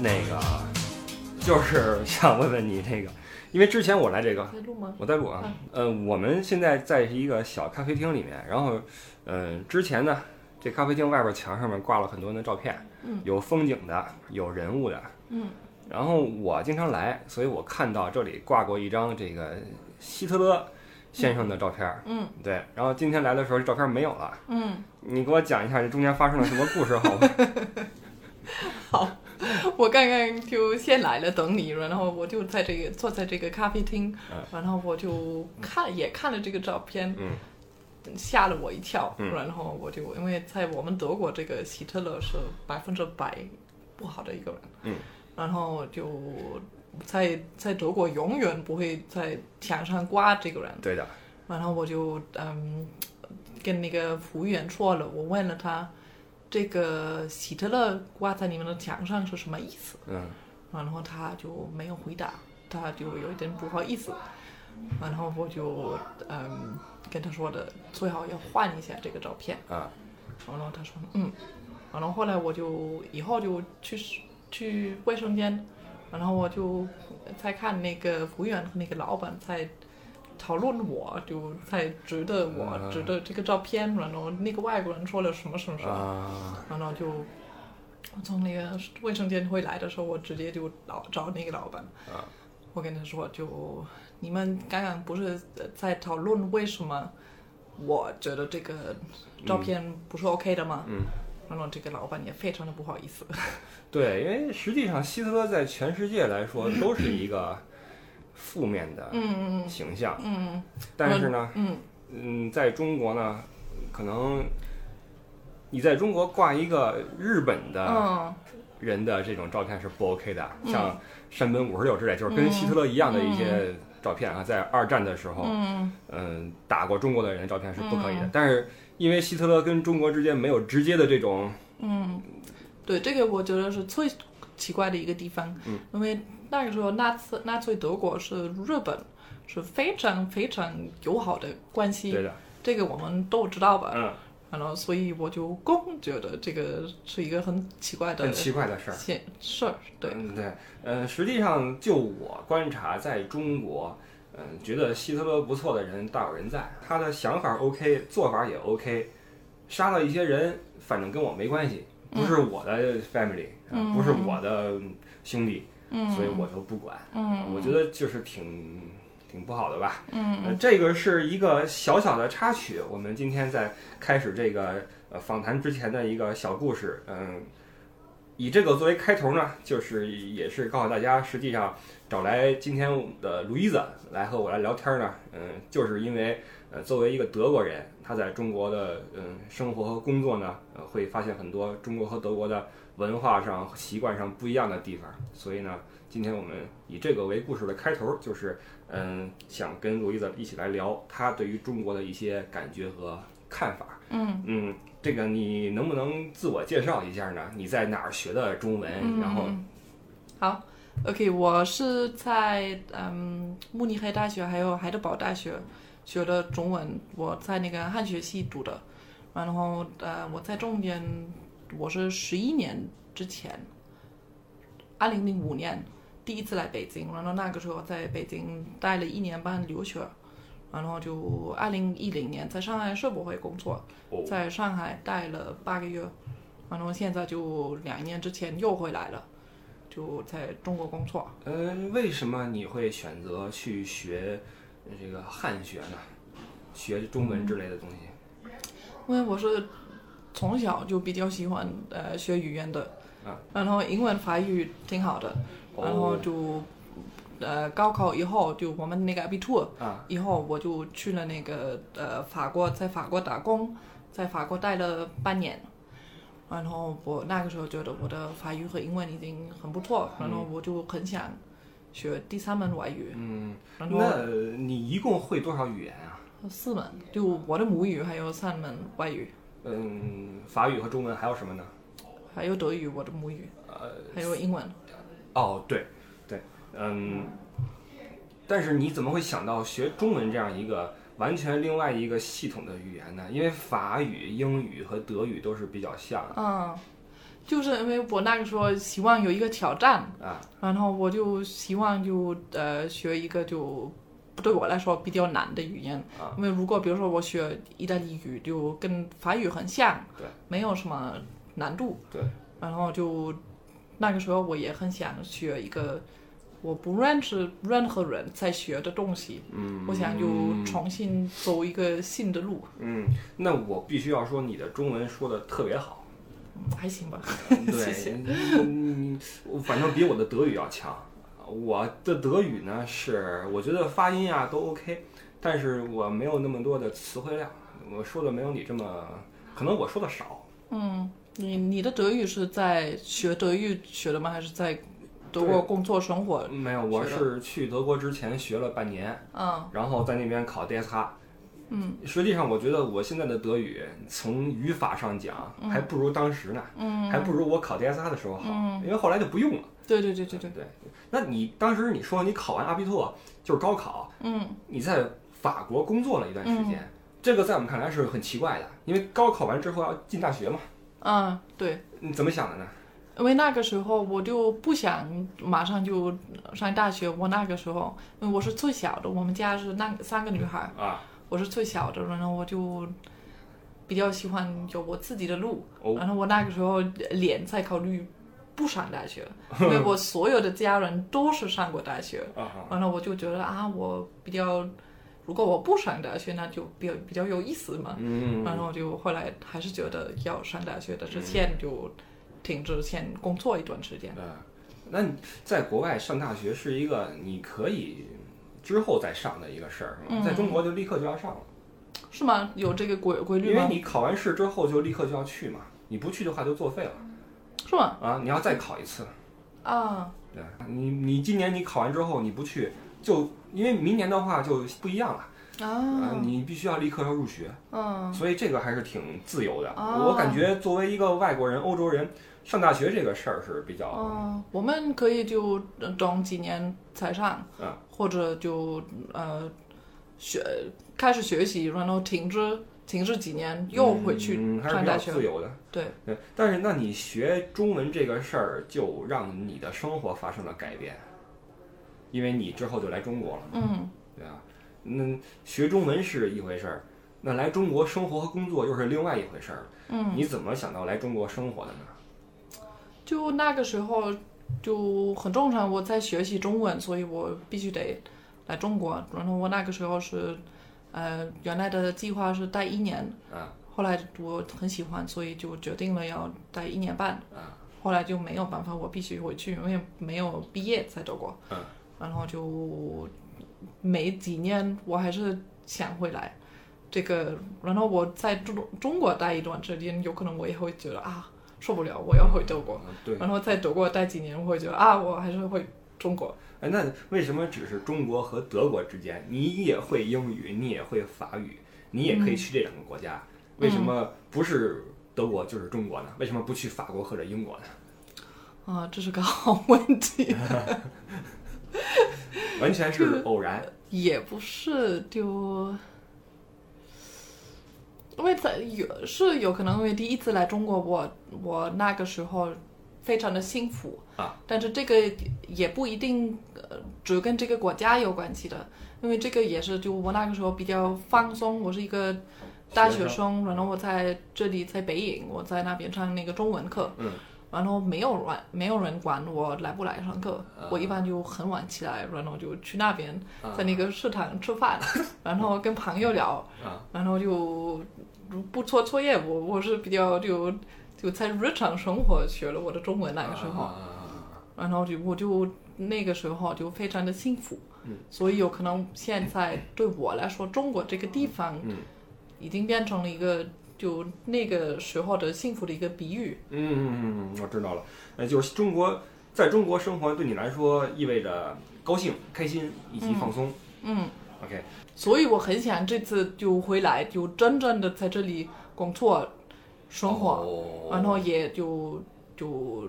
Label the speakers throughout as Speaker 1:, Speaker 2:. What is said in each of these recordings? Speaker 1: 那个就是 想问问你这个，因为之前我来这个
Speaker 2: 在录吗？
Speaker 1: 我在录啊，
Speaker 2: 嗯
Speaker 1: 呃，我们现在在一个小咖啡厅里面，然后，呃，之前呢，这咖啡厅外边墙上面挂了很多人的照片，
Speaker 2: 嗯
Speaker 1: 有风景的，有人物的，
Speaker 2: 嗯，
Speaker 1: 然后我经常来，所以我看到这里挂过一张这个希特勒先生的照片，
Speaker 2: 嗯
Speaker 1: 对，然后今天来的时候这照片没有了，
Speaker 2: 嗯，
Speaker 1: 你给我讲一下这中间发生了什么故事好吗？
Speaker 2: 我刚刚就先来了等你，然后我就在这个坐在这个咖啡厅
Speaker 1: 嗯，
Speaker 2: 然后我就看也看了这个照片，
Speaker 1: 嗯
Speaker 2: 吓了我一跳，
Speaker 1: 嗯
Speaker 2: 然后我就因为在我们德国这个希特勒是百分之百不好的一个人，
Speaker 1: 嗯，
Speaker 2: 然后就在在德国永远不会在墙上挂这个人，
Speaker 1: 对的，
Speaker 2: 然后我就嗯跟那个服务员说了，我问了他这个希特勒挂在你们的墙上是什么意思，
Speaker 1: 嗯
Speaker 2: 然后他就没有回答，他就有一点不好意思，然后我就嗯跟他说的最好要换一下这个照片，
Speaker 1: 啊
Speaker 2: 然后他说嗯，然后后来我就以后就去去卫生间，然后我就在看那个服务员和那个老板在讨论我，就在觉得我
Speaker 1: 嗯
Speaker 2: 觉得这个照片，然后那个外国人说了什么什么什么，
Speaker 1: 啊
Speaker 2: 然后就我从那个卫生间回来的时候，我直接就老找那个老板，
Speaker 1: 啊
Speaker 2: 我跟他说就你们刚刚不是在讨论为什么我觉得这个照片不是 OK 的吗？
Speaker 1: 嗯。
Speaker 2: 然后这个老板也非常的不好意思，
Speaker 1: 对，因为实际上希特勒在全世界来说都是一个负面的
Speaker 2: 嗯嗯
Speaker 1: 形象，
Speaker 2: 嗯
Speaker 1: 但是呢，
Speaker 2: 嗯
Speaker 1: 嗯，在中国呢，可能你在中国挂一个日本的
Speaker 2: 嗯
Speaker 1: 人的这种照片是不 OK 的，
Speaker 2: 嗯
Speaker 1: 像山本五十六之类，就是跟希特勒一样的一些照片啊，在二战的时候，
Speaker 2: 嗯
Speaker 1: 嗯，打过中国的人的照片是不可以的
Speaker 2: 嗯，
Speaker 1: 但是因为希特勒跟中国之间没有直接的这种，
Speaker 2: 嗯，对，这个我觉得是最奇怪的一个地方，
Speaker 1: 嗯
Speaker 2: 因为那个时候纳粹纳粹德国是日本是非常非常友好的关
Speaker 1: 对
Speaker 2: 系，
Speaker 1: 的，
Speaker 2: 这个我们都知道吧？
Speaker 1: 嗯，
Speaker 2: 然后所以我就更觉得这个是一个很奇怪的
Speaker 1: 很奇怪的事儿。
Speaker 2: 现事儿，对，
Speaker 1: 嗯对，呃，实际上就我观察，在中国，嗯、觉得希特勒不错的人大有人在，他的想法 OK，做法也 OK，杀了一些人，反正跟我没关系，不是
Speaker 2: 嗯
Speaker 1: 我的 family，、啊、不是我的兄弟，
Speaker 2: 嗯
Speaker 1: 所以我就不管。
Speaker 2: 嗯
Speaker 1: 我觉得就是挺挺不好的吧。
Speaker 2: 嗯
Speaker 1: 呃，这个是一个小小的插曲。我们今天在开始这个呃访谈之前的一个小故事，嗯，以这个作为开头呢，就是也是告诉大家，实际上找来今天的卢伊子来和我来聊天呢，嗯，就是因为呃作为一个德国人，他在中国的嗯生活和工作呢，呃会发现很多中国和德国的文化上、习惯上不一样的地方，所以呢。今天我们以这个为故事的开头，就是嗯，想跟路易子一起来聊他对于中国的一些感觉和看法。
Speaker 2: 嗯
Speaker 1: 嗯，这个你能不能自我介绍一下呢？你在哪儿学的中文？
Speaker 2: 嗯，
Speaker 1: 然后，
Speaker 2: 好，OK，我是在嗯慕尼黑大学还有海德堡大学学的中文，我在那个汉学系读的，然后呃我在中间我是十一年之前，二零零五年第一次来北京，然后那个时候在北京待了一年半留学。然后就二零一零年在上海世博会工作，
Speaker 1: 哦，
Speaker 2: 在上海待了八个月，然后现在就两年之前又回来了，就在中国工作。
Speaker 1: 嗯，为什么你会选择去学这个汉学呢？学中文之类的东西？
Speaker 2: 因为我是从小就比较喜欢呃学语言的，
Speaker 1: 啊
Speaker 2: 然后英文、法语挺好的，然后
Speaker 1: 哦，
Speaker 2: 就呃高考以后就我们那个 abitur
Speaker 1: 啊，
Speaker 2: 以后我就去了那个呃法国，在法国打工，在法国待了半年。然后我那个时候觉得我的法语和英文已经很不错，然后我就很想学第三门外语，
Speaker 1: 嗯，
Speaker 2: 然后
Speaker 1: 那你一共会多少语言啊？
Speaker 2: 四门，就我的母语还有三门外语，
Speaker 1: 嗯，法语和中文还有什么呢？
Speaker 2: 还有德语我的母语，
Speaker 1: 呃，
Speaker 2: 还有英文。
Speaker 1: 哦，对，对，嗯，但是你怎么会想到学中文这样一个完全另外一个系统的语言呢？因为法语、英语和德语都是比较像的。
Speaker 2: 嗯，就是因为我那个时候希望有一个挑战，
Speaker 1: 啊，
Speaker 2: 然后我就希望就呃学一个就对我来说比较难的语言，
Speaker 1: 啊
Speaker 2: 因为如果比如说我学意大利语，就跟法语很像，
Speaker 1: 对，
Speaker 2: 没有什么难度，
Speaker 1: 对，
Speaker 2: 然后就那个时候我也很想学一个我不认识任何人在学的东西，
Speaker 1: 嗯，
Speaker 2: 我想就重新走一个新的路，
Speaker 1: 嗯，那我必须要说你的中文说的特别好，
Speaker 2: 嗯还行吧， 谢谢
Speaker 1: 对，嗯，反正比我的德语要强。我的德语呢是，我觉得发音啊都 OK，但是我没有那么多的词汇量，我说的没有你这么，可能我说的少。
Speaker 2: 嗯，你你的德语是在学德语学的吗？还是在德国工作生活？
Speaker 1: 没有，我是去德国之前学了半年，
Speaker 2: 嗯
Speaker 1: 然后在那边考 DSH。
Speaker 2: 嗯，
Speaker 1: 实际上我觉得我现在的德语从语法上讲还不如当时呢，
Speaker 2: 嗯，
Speaker 1: 还不如我考 DSH 的时候好，
Speaker 2: 嗯
Speaker 1: 因为后来就不用了。
Speaker 2: 对对对对对，
Speaker 1: 对，那你当时你说你考完阿比托就是高考，
Speaker 2: 嗯
Speaker 1: 你在法国工作了一段时间，这个在我们看来是很奇怪的，因为高考完之后要进大学嘛，
Speaker 2: 嗯，对。
Speaker 1: 你怎么想的呢？
Speaker 2: 因为那个时候我就不想马上就上大学，我那个时候因为我是最小的，我们家是那三个女孩，
Speaker 1: 啊，
Speaker 2: 我是最小的，然后我就比较喜欢有我自己的路，
Speaker 1: 哦，
Speaker 2: 然后我那个时候脸在考虑不上大学，因为我所有的家人都是上过大学，
Speaker 1: 啊啊，
Speaker 2: 完了我就觉得啊，我比较如果我不上大学，那就比较比较有意思嘛，
Speaker 1: 嗯，
Speaker 2: 然后就后来还是觉得要上大学的之前就停止先工作一段时间。
Speaker 1: 呃，那你在国外上大学是一个你可以之后再上的一个事儿，是吗
Speaker 2: 嗯
Speaker 1: 在中国就立刻就要上了，
Speaker 2: 是吗？有这个规规律
Speaker 1: 因为
Speaker 2: 吗？
Speaker 1: 你考完试之后就立刻就要去嘛，你不去的话就作废了
Speaker 2: 是吗？
Speaker 1: 啊，你要再考一次。
Speaker 2: 啊，
Speaker 1: 对，你你今年你考完之后你不去，就因为明年的话就不一样了，呃
Speaker 2: 啊，
Speaker 1: 你必须要立刻要入学，
Speaker 2: 嗯，
Speaker 1: 所以这个还是挺自由的。
Speaker 2: 哦
Speaker 1: 我感觉作为一个外国人、欧洲人，上大学这个事儿是比较，
Speaker 2: 哦，我们可以就等几年才上，
Speaker 1: 嗯
Speaker 2: 或者就呃学开始学习，然后停止停止几年，又回去
Speaker 1: 嗯，还是
Speaker 2: 上
Speaker 1: 比
Speaker 2: 大
Speaker 1: 较
Speaker 2: 学
Speaker 1: 自由的。
Speaker 2: 对，
Speaker 1: 对，但是那你学中文这个事儿，就让你的生活发生了改变，因为你之后就来中国了，
Speaker 2: 嗯，
Speaker 1: 对啊，那学中文是一回事儿，那来中国生活和工作又是另外一回事儿。
Speaker 2: 嗯，
Speaker 1: 你怎么想到来中国生活的呢？
Speaker 2: 就那个时候就很正常，我在学习中文，所以我必须得来中国。然后我那个时候是，呃，原来的计划是待一年，
Speaker 1: 啊
Speaker 2: 后来我很喜欢，所以就决定了要待一年半。
Speaker 1: 啊
Speaker 2: 后来就没有办法，我必须回去，因为没有毕业在德国。
Speaker 1: 嗯
Speaker 2: 然后就没几年，我还是想回来。这个，然后我在中中国待一段时间，有可能我也会觉得啊，受不了，我要回德国。
Speaker 1: 嗯对，
Speaker 2: 然后在德国待几年，我会觉得啊，我还是回中国。
Speaker 1: 哎，那为什么只是中国和德国之间？你也会英语，你也会法语，你也可
Speaker 2: 嗯
Speaker 1: 以去这两个国家，为什么不是德国就是中国呢？为什么不去法国或者英国呢？
Speaker 2: 啊，这是个好问题，
Speaker 1: 完全 是偶然。
Speaker 2: 也不是就，因为在有是有可能，因为第一次来中国，我我那个时候非常的幸福
Speaker 1: 啊，
Speaker 2: 但是这个也不一定呃只跟这个国家有关系的，因为这个也是就我那个时候比较放松，我是一个大学生，然后我在这里在北影，我在那边上那个中文课，
Speaker 1: 嗯，
Speaker 2: 然后没有人没有人管我来不来上课，
Speaker 1: 啊
Speaker 2: 我一般就很晚起来，然后就去那边
Speaker 1: 啊
Speaker 2: 在那个食堂吃饭， 然后跟朋友聊，
Speaker 1: 啊
Speaker 2: 然后就不做作业，我我是比较就就在日常生活学了我的中文那个时候，
Speaker 1: 啊
Speaker 2: 然后就我就那个时候就非常的幸福，
Speaker 1: 嗯
Speaker 2: 所以有可能现在对我来说，中国这个地方
Speaker 1: 嗯
Speaker 2: 已经变成了一个就那个时候的幸福的一个比喻。
Speaker 1: 嗯嗯嗯，我知道了。呃，就是中国，在中国生活对你来说意味着高兴、开心以及放松。
Speaker 2: 嗯，
Speaker 1: OK，
Speaker 2: 所以我很想这次就回来，就真正的在这里工作、生活，
Speaker 1: 哦
Speaker 2: 然后也就就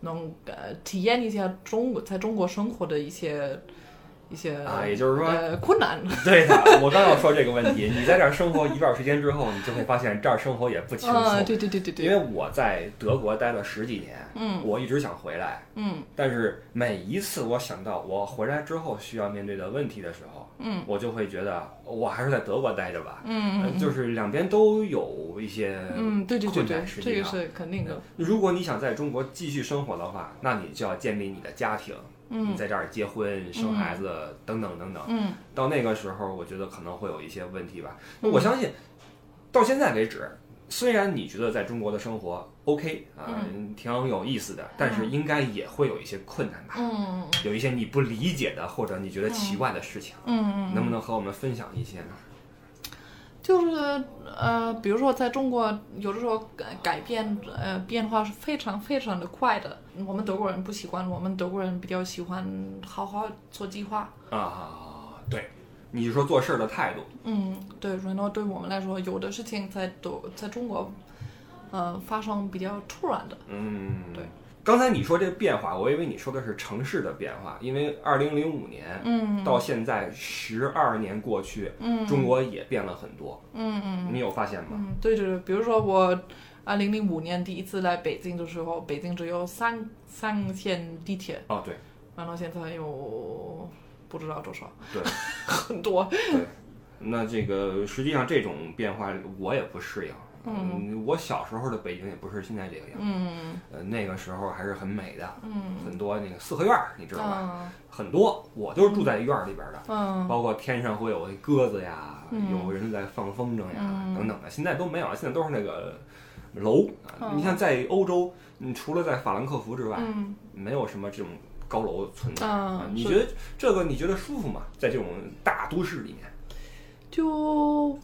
Speaker 2: 能呃体验一下中国在中国生活的一些一些
Speaker 1: 啊，也就是说，
Speaker 2: 呃困难。
Speaker 1: 对的，我刚要说这个问题，你在这儿生活一段时间之后，你就会发现这儿生活也不轻
Speaker 2: 嗯，
Speaker 1: 松。
Speaker 2: 对对对对
Speaker 1: 因
Speaker 2: 对，
Speaker 1: 为我在德国待了十几年，
Speaker 2: 嗯
Speaker 1: 我一直想回来，
Speaker 2: 嗯
Speaker 1: 但是每一次我想到我回来之后需要面对的问题的时候，
Speaker 2: 嗯
Speaker 1: 我就会觉得我还是在德国待着吧。
Speaker 2: 嗯嗯，
Speaker 1: 嗯，就是两边都有一些
Speaker 2: 嗯，对对对
Speaker 1: 困
Speaker 2: 对
Speaker 1: 难，实
Speaker 2: 这
Speaker 1: 际
Speaker 2: 个
Speaker 1: 上。
Speaker 2: 是肯定的。
Speaker 1: 如果你想在中国继续生活的话，那你就要建立你的家庭，你
Speaker 2: 嗯
Speaker 1: 在这儿结婚、生孩子等等等等。
Speaker 2: 嗯
Speaker 1: 到那个时候，我觉得可能会有一些问题吧。那我相信，到现在为止，虽然你觉得在中国的生活 OK 啊、
Speaker 2: 嗯
Speaker 1: 挺有意思的，但是应该也会有一些困难吧，
Speaker 2: 嗯
Speaker 1: 有一些你不理解的或者你觉得奇怪的事情，
Speaker 2: 嗯嗯，
Speaker 1: 能不能和我们分享一些呢？
Speaker 2: 就是呃，比如说在中国，有的时候改改变呃变化是非常非常的快的。我们德国人不习惯，我们德国人比较喜欢好好做计划。
Speaker 1: 啊，对，你是说做事儿的态度，
Speaker 2: 嗯，对，然后对我们来说，有的事情在都在中国，呃，发生比较突然的。
Speaker 1: 嗯，
Speaker 2: 对。
Speaker 1: 刚才你说这变化，我以为你说的是城市的变化，因为二零零五年
Speaker 2: 嗯
Speaker 1: 到现在十二年过去，
Speaker 2: 嗯
Speaker 1: 中国也变了很多，
Speaker 2: 嗯嗯
Speaker 1: 你有发现吗？
Speaker 2: 嗯，对对对，比如说我二零零五年第一次来北京的时候，北京只有三三线地铁，
Speaker 1: 哦，对
Speaker 2: 然后现在有不知道多少，
Speaker 1: 对
Speaker 2: 很多。
Speaker 1: 对，那这个实际上这种变化我也不适应。嗯，我小时候的北京也不是现在这个样子，
Speaker 2: 嗯
Speaker 1: 呃，那个时候还是很美的，
Speaker 2: 嗯
Speaker 1: 很多那个四合院儿，你知道吧？
Speaker 2: 嗯
Speaker 1: 很多，我就是住在院儿里边儿的，
Speaker 2: 嗯
Speaker 1: 包括天上会有鸽子呀，
Speaker 2: 嗯
Speaker 1: 有人在放风筝呀、
Speaker 2: 嗯
Speaker 1: 等等的，现在都没有了，现在都是那个楼。啊
Speaker 2: 哦
Speaker 1: 你像在欧洲，你除了在法兰克福之外，
Speaker 2: 嗯
Speaker 1: 没有什么这种高楼存在。啊
Speaker 2: 嗯，
Speaker 1: 你
Speaker 2: 是
Speaker 1: 觉得这个你觉得舒服吗？在这种大都市里面，
Speaker 2: 就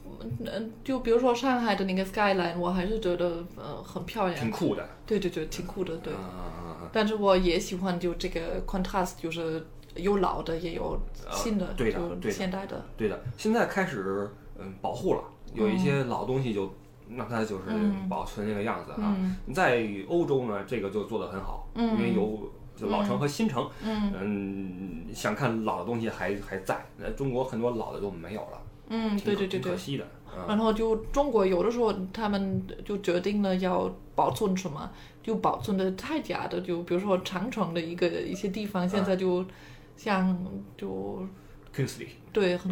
Speaker 2: 嗯就比如说上海的那个 skyline，我还是觉得呃很漂
Speaker 1: 挺
Speaker 2: 亮。
Speaker 1: 酷的。
Speaker 2: 对对对，挺酷的，对。
Speaker 1: 嗯
Speaker 2: 但是我也喜欢就这个 contrast，就是有老的也有新的，
Speaker 1: 呃对的
Speaker 2: 就
Speaker 1: 对的
Speaker 2: 现代的。
Speaker 1: 对的，现在开始嗯保护了，有一些老东西就让它就是
Speaker 2: 嗯
Speaker 1: 保存那个样子啊。
Speaker 2: 嗯
Speaker 1: 在欧洲呢，这个就做得很好，因为有就老城和新城。
Speaker 2: 嗯
Speaker 1: 嗯，想看老的东西还还在，那中国很多老的就没有了，
Speaker 2: 嗯，
Speaker 1: 挺
Speaker 2: 对
Speaker 1: 可
Speaker 2: 对对
Speaker 1: 挺
Speaker 2: 对
Speaker 1: 可。惜的。嗯，
Speaker 2: 然后就中国有的时候他们就决定了要保存什么，就保存的太假的，就比如说长城的一个一些地方，
Speaker 1: 啊
Speaker 2: 现在就像就
Speaker 1: 昆士里，
Speaker 2: 对很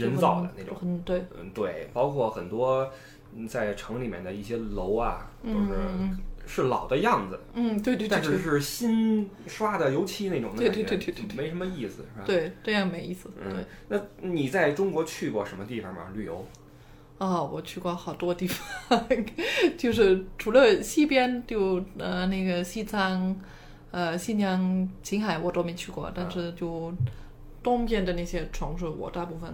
Speaker 1: 人
Speaker 2: 就很
Speaker 1: 造的那种
Speaker 2: 很对，
Speaker 1: 嗯，对，包括很多嗯在城里面的一些楼啊，都是、
Speaker 2: 嗯
Speaker 1: 是老的样子，
Speaker 2: 嗯，对对对
Speaker 1: 但是
Speaker 2: 对
Speaker 1: 是新刷的油漆那种的
Speaker 2: 对
Speaker 1: 感
Speaker 2: 对
Speaker 1: 觉，
Speaker 2: 对对对
Speaker 1: 没什么意思，是吧？
Speaker 2: 对，这样没意思。对
Speaker 1: 嗯，那你在中国去过什么地方吗？旅游？
Speaker 2: 啊、我去过好多地方， 就是除了西边就呃那个西藏，呃新疆、青海我都没去过，
Speaker 1: 嗯
Speaker 2: 但是就东边的那些城市我大部分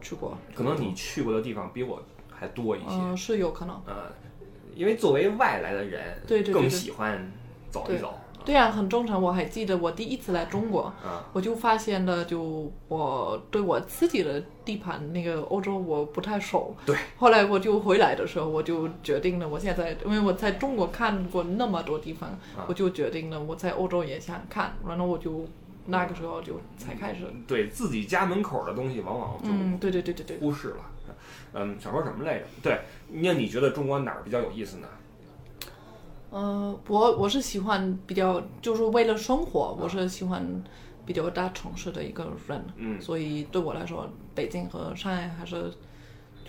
Speaker 2: 去过。
Speaker 1: 可能你去过的地方比我还多一些。
Speaker 2: 嗯、是有可能。
Speaker 1: 呃，因为作为外来的人，
Speaker 2: 对对对
Speaker 1: 更
Speaker 2: 对
Speaker 1: 喜欢走一
Speaker 2: 对
Speaker 1: 走。
Speaker 2: 对啊，很正常。我还记得我第一次来中国，
Speaker 1: 啊
Speaker 2: 我就发现了，就我对我自己的地盘那个欧洲我不太熟。
Speaker 1: 对。
Speaker 2: 后来我就回来的时候，我就决定了，我现在因为我在中国看过那么多地方，我就决定了我在欧洲也想看。然后我就那个时候就才开始，
Speaker 1: 对自己家门口的东西，往往就
Speaker 2: 嗯，对对对对对。
Speaker 1: 忽视了。嗯，想说什么来着？对，那你觉得中国哪儿比较有意思呢？
Speaker 2: 呃，我我是喜欢比较，就是为了生
Speaker 1: 啊
Speaker 2: 活，我是喜欢比较大城市的一个人，
Speaker 1: 嗯
Speaker 2: 所以对我来说，北京和上海还是，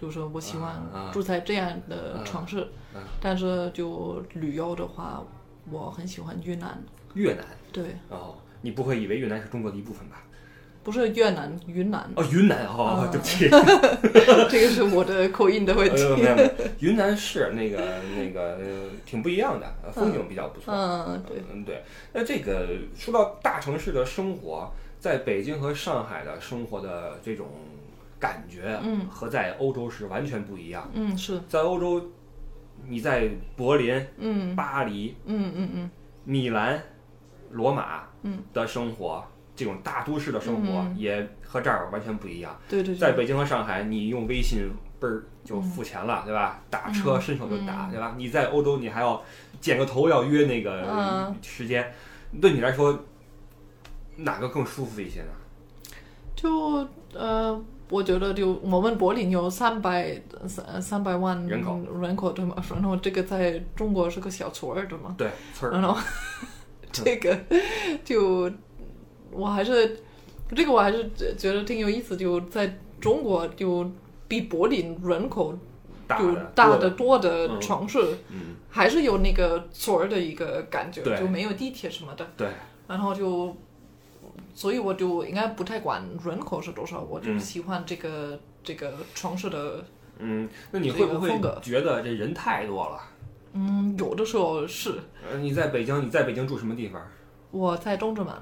Speaker 2: 就是我喜欢
Speaker 1: 啊啊
Speaker 2: 住在这样的城市，
Speaker 1: 啊
Speaker 2: 但是就旅游的话，我很喜欢越南，
Speaker 1: 越南
Speaker 2: 对，
Speaker 1: 哦，你不会以为越南是中国的一部分吧？
Speaker 2: 不是越南，云南，
Speaker 1: 哦，云南哦，
Speaker 2: 啊
Speaker 1: 对不 起，
Speaker 2: 这个是我的口音的问题，
Speaker 1: 呃没有没有，云南是那个那个呃挺不一样的，呃风景比较不错。
Speaker 2: 嗯，对，
Speaker 1: 嗯，对。那这个说到大城市的生活，在北京和上海的生活的这种感觉，啊
Speaker 2: 嗯，
Speaker 1: 和在欧洲是完全不一样。
Speaker 2: 嗯是，
Speaker 1: 在欧洲，你在柏林、
Speaker 2: 嗯
Speaker 1: 巴黎、
Speaker 2: 嗯嗯嗯，
Speaker 1: 米兰、罗马
Speaker 2: 嗯
Speaker 1: 的生活，这种大都市的生活
Speaker 2: 嗯
Speaker 1: 也和这儿完全不一样。
Speaker 2: 对对
Speaker 1: 在
Speaker 2: 对，
Speaker 1: 北京和上海，你用微信倍儿就付钱了，
Speaker 2: 嗯
Speaker 1: 对吧？打车伸手就打，对吧？你在欧洲，你还要剪个头，要约那个
Speaker 2: 嗯
Speaker 1: 时间，对你来说，哪个更舒服一些呢？
Speaker 2: 就呃，我觉得就我们柏林有三百三三百万
Speaker 1: 人口
Speaker 2: 人口对吗？然后这个在中国是个小村儿对吗？
Speaker 1: 对，村儿
Speaker 2: 然 后这个就我还是这个我还是觉得挺有意思，就在中国就比柏林人口
Speaker 1: 大
Speaker 2: 就
Speaker 1: 的
Speaker 2: 大
Speaker 1: 多
Speaker 2: 得
Speaker 1: 的，
Speaker 2: 多的
Speaker 1: 嗯
Speaker 2: 城市，
Speaker 1: 嗯，
Speaker 2: 还是有那个村儿的一个感觉，
Speaker 1: 对
Speaker 2: 就没有地铁什么的。
Speaker 1: 对，
Speaker 2: 然后就，所以我就应该不太管人口是多少，我就
Speaker 1: 嗯
Speaker 2: 喜欢这个、这个城市的。
Speaker 1: 嗯，那你
Speaker 2: 这
Speaker 1: 会不
Speaker 2: 个
Speaker 1: 会
Speaker 2: 风格
Speaker 1: 觉得这人太多了？
Speaker 2: 嗯，有的时候是
Speaker 1: 呃，你在北京，你在北京住什么地方？
Speaker 2: 我在东直门，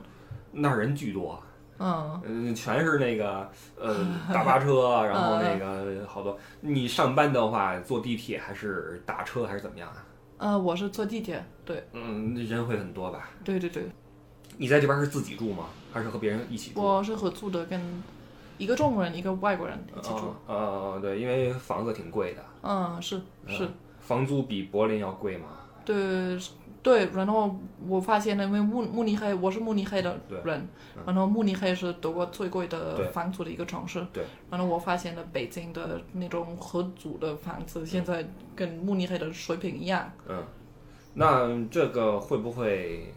Speaker 1: 那儿人巨多，
Speaker 2: 嗯，
Speaker 1: 嗯，全是那个 呃大巴车，然
Speaker 2: 嗯
Speaker 1: 后那个好多。你上班的话，坐地铁还是打车还是怎么样啊？
Speaker 2: 呃，我是坐地铁，对
Speaker 1: 嗯，人会很多吧？
Speaker 2: 对对对，
Speaker 1: 你在这边是自己住吗？还是和别人一起住？
Speaker 2: 我是合租的，跟一个中国人一个外国人一起住，
Speaker 1: 呃呃，对，因为房子挺贵的，
Speaker 2: 嗯，是
Speaker 1: 嗯
Speaker 2: 是，
Speaker 1: 房租比柏林要贵嘛。
Speaker 2: 对对，然后我发现了，因为慕慕尼黑，我是慕尼黑的
Speaker 1: 对
Speaker 2: 人
Speaker 1: 嗯，
Speaker 2: 然后慕尼黑是德国最贵
Speaker 1: 对
Speaker 2: 的房租的一个城市，
Speaker 1: 对，
Speaker 2: 然后我发现了北京的那种合租的房子，现在跟慕尼黑的水平一样，
Speaker 1: 嗯，那这个会不会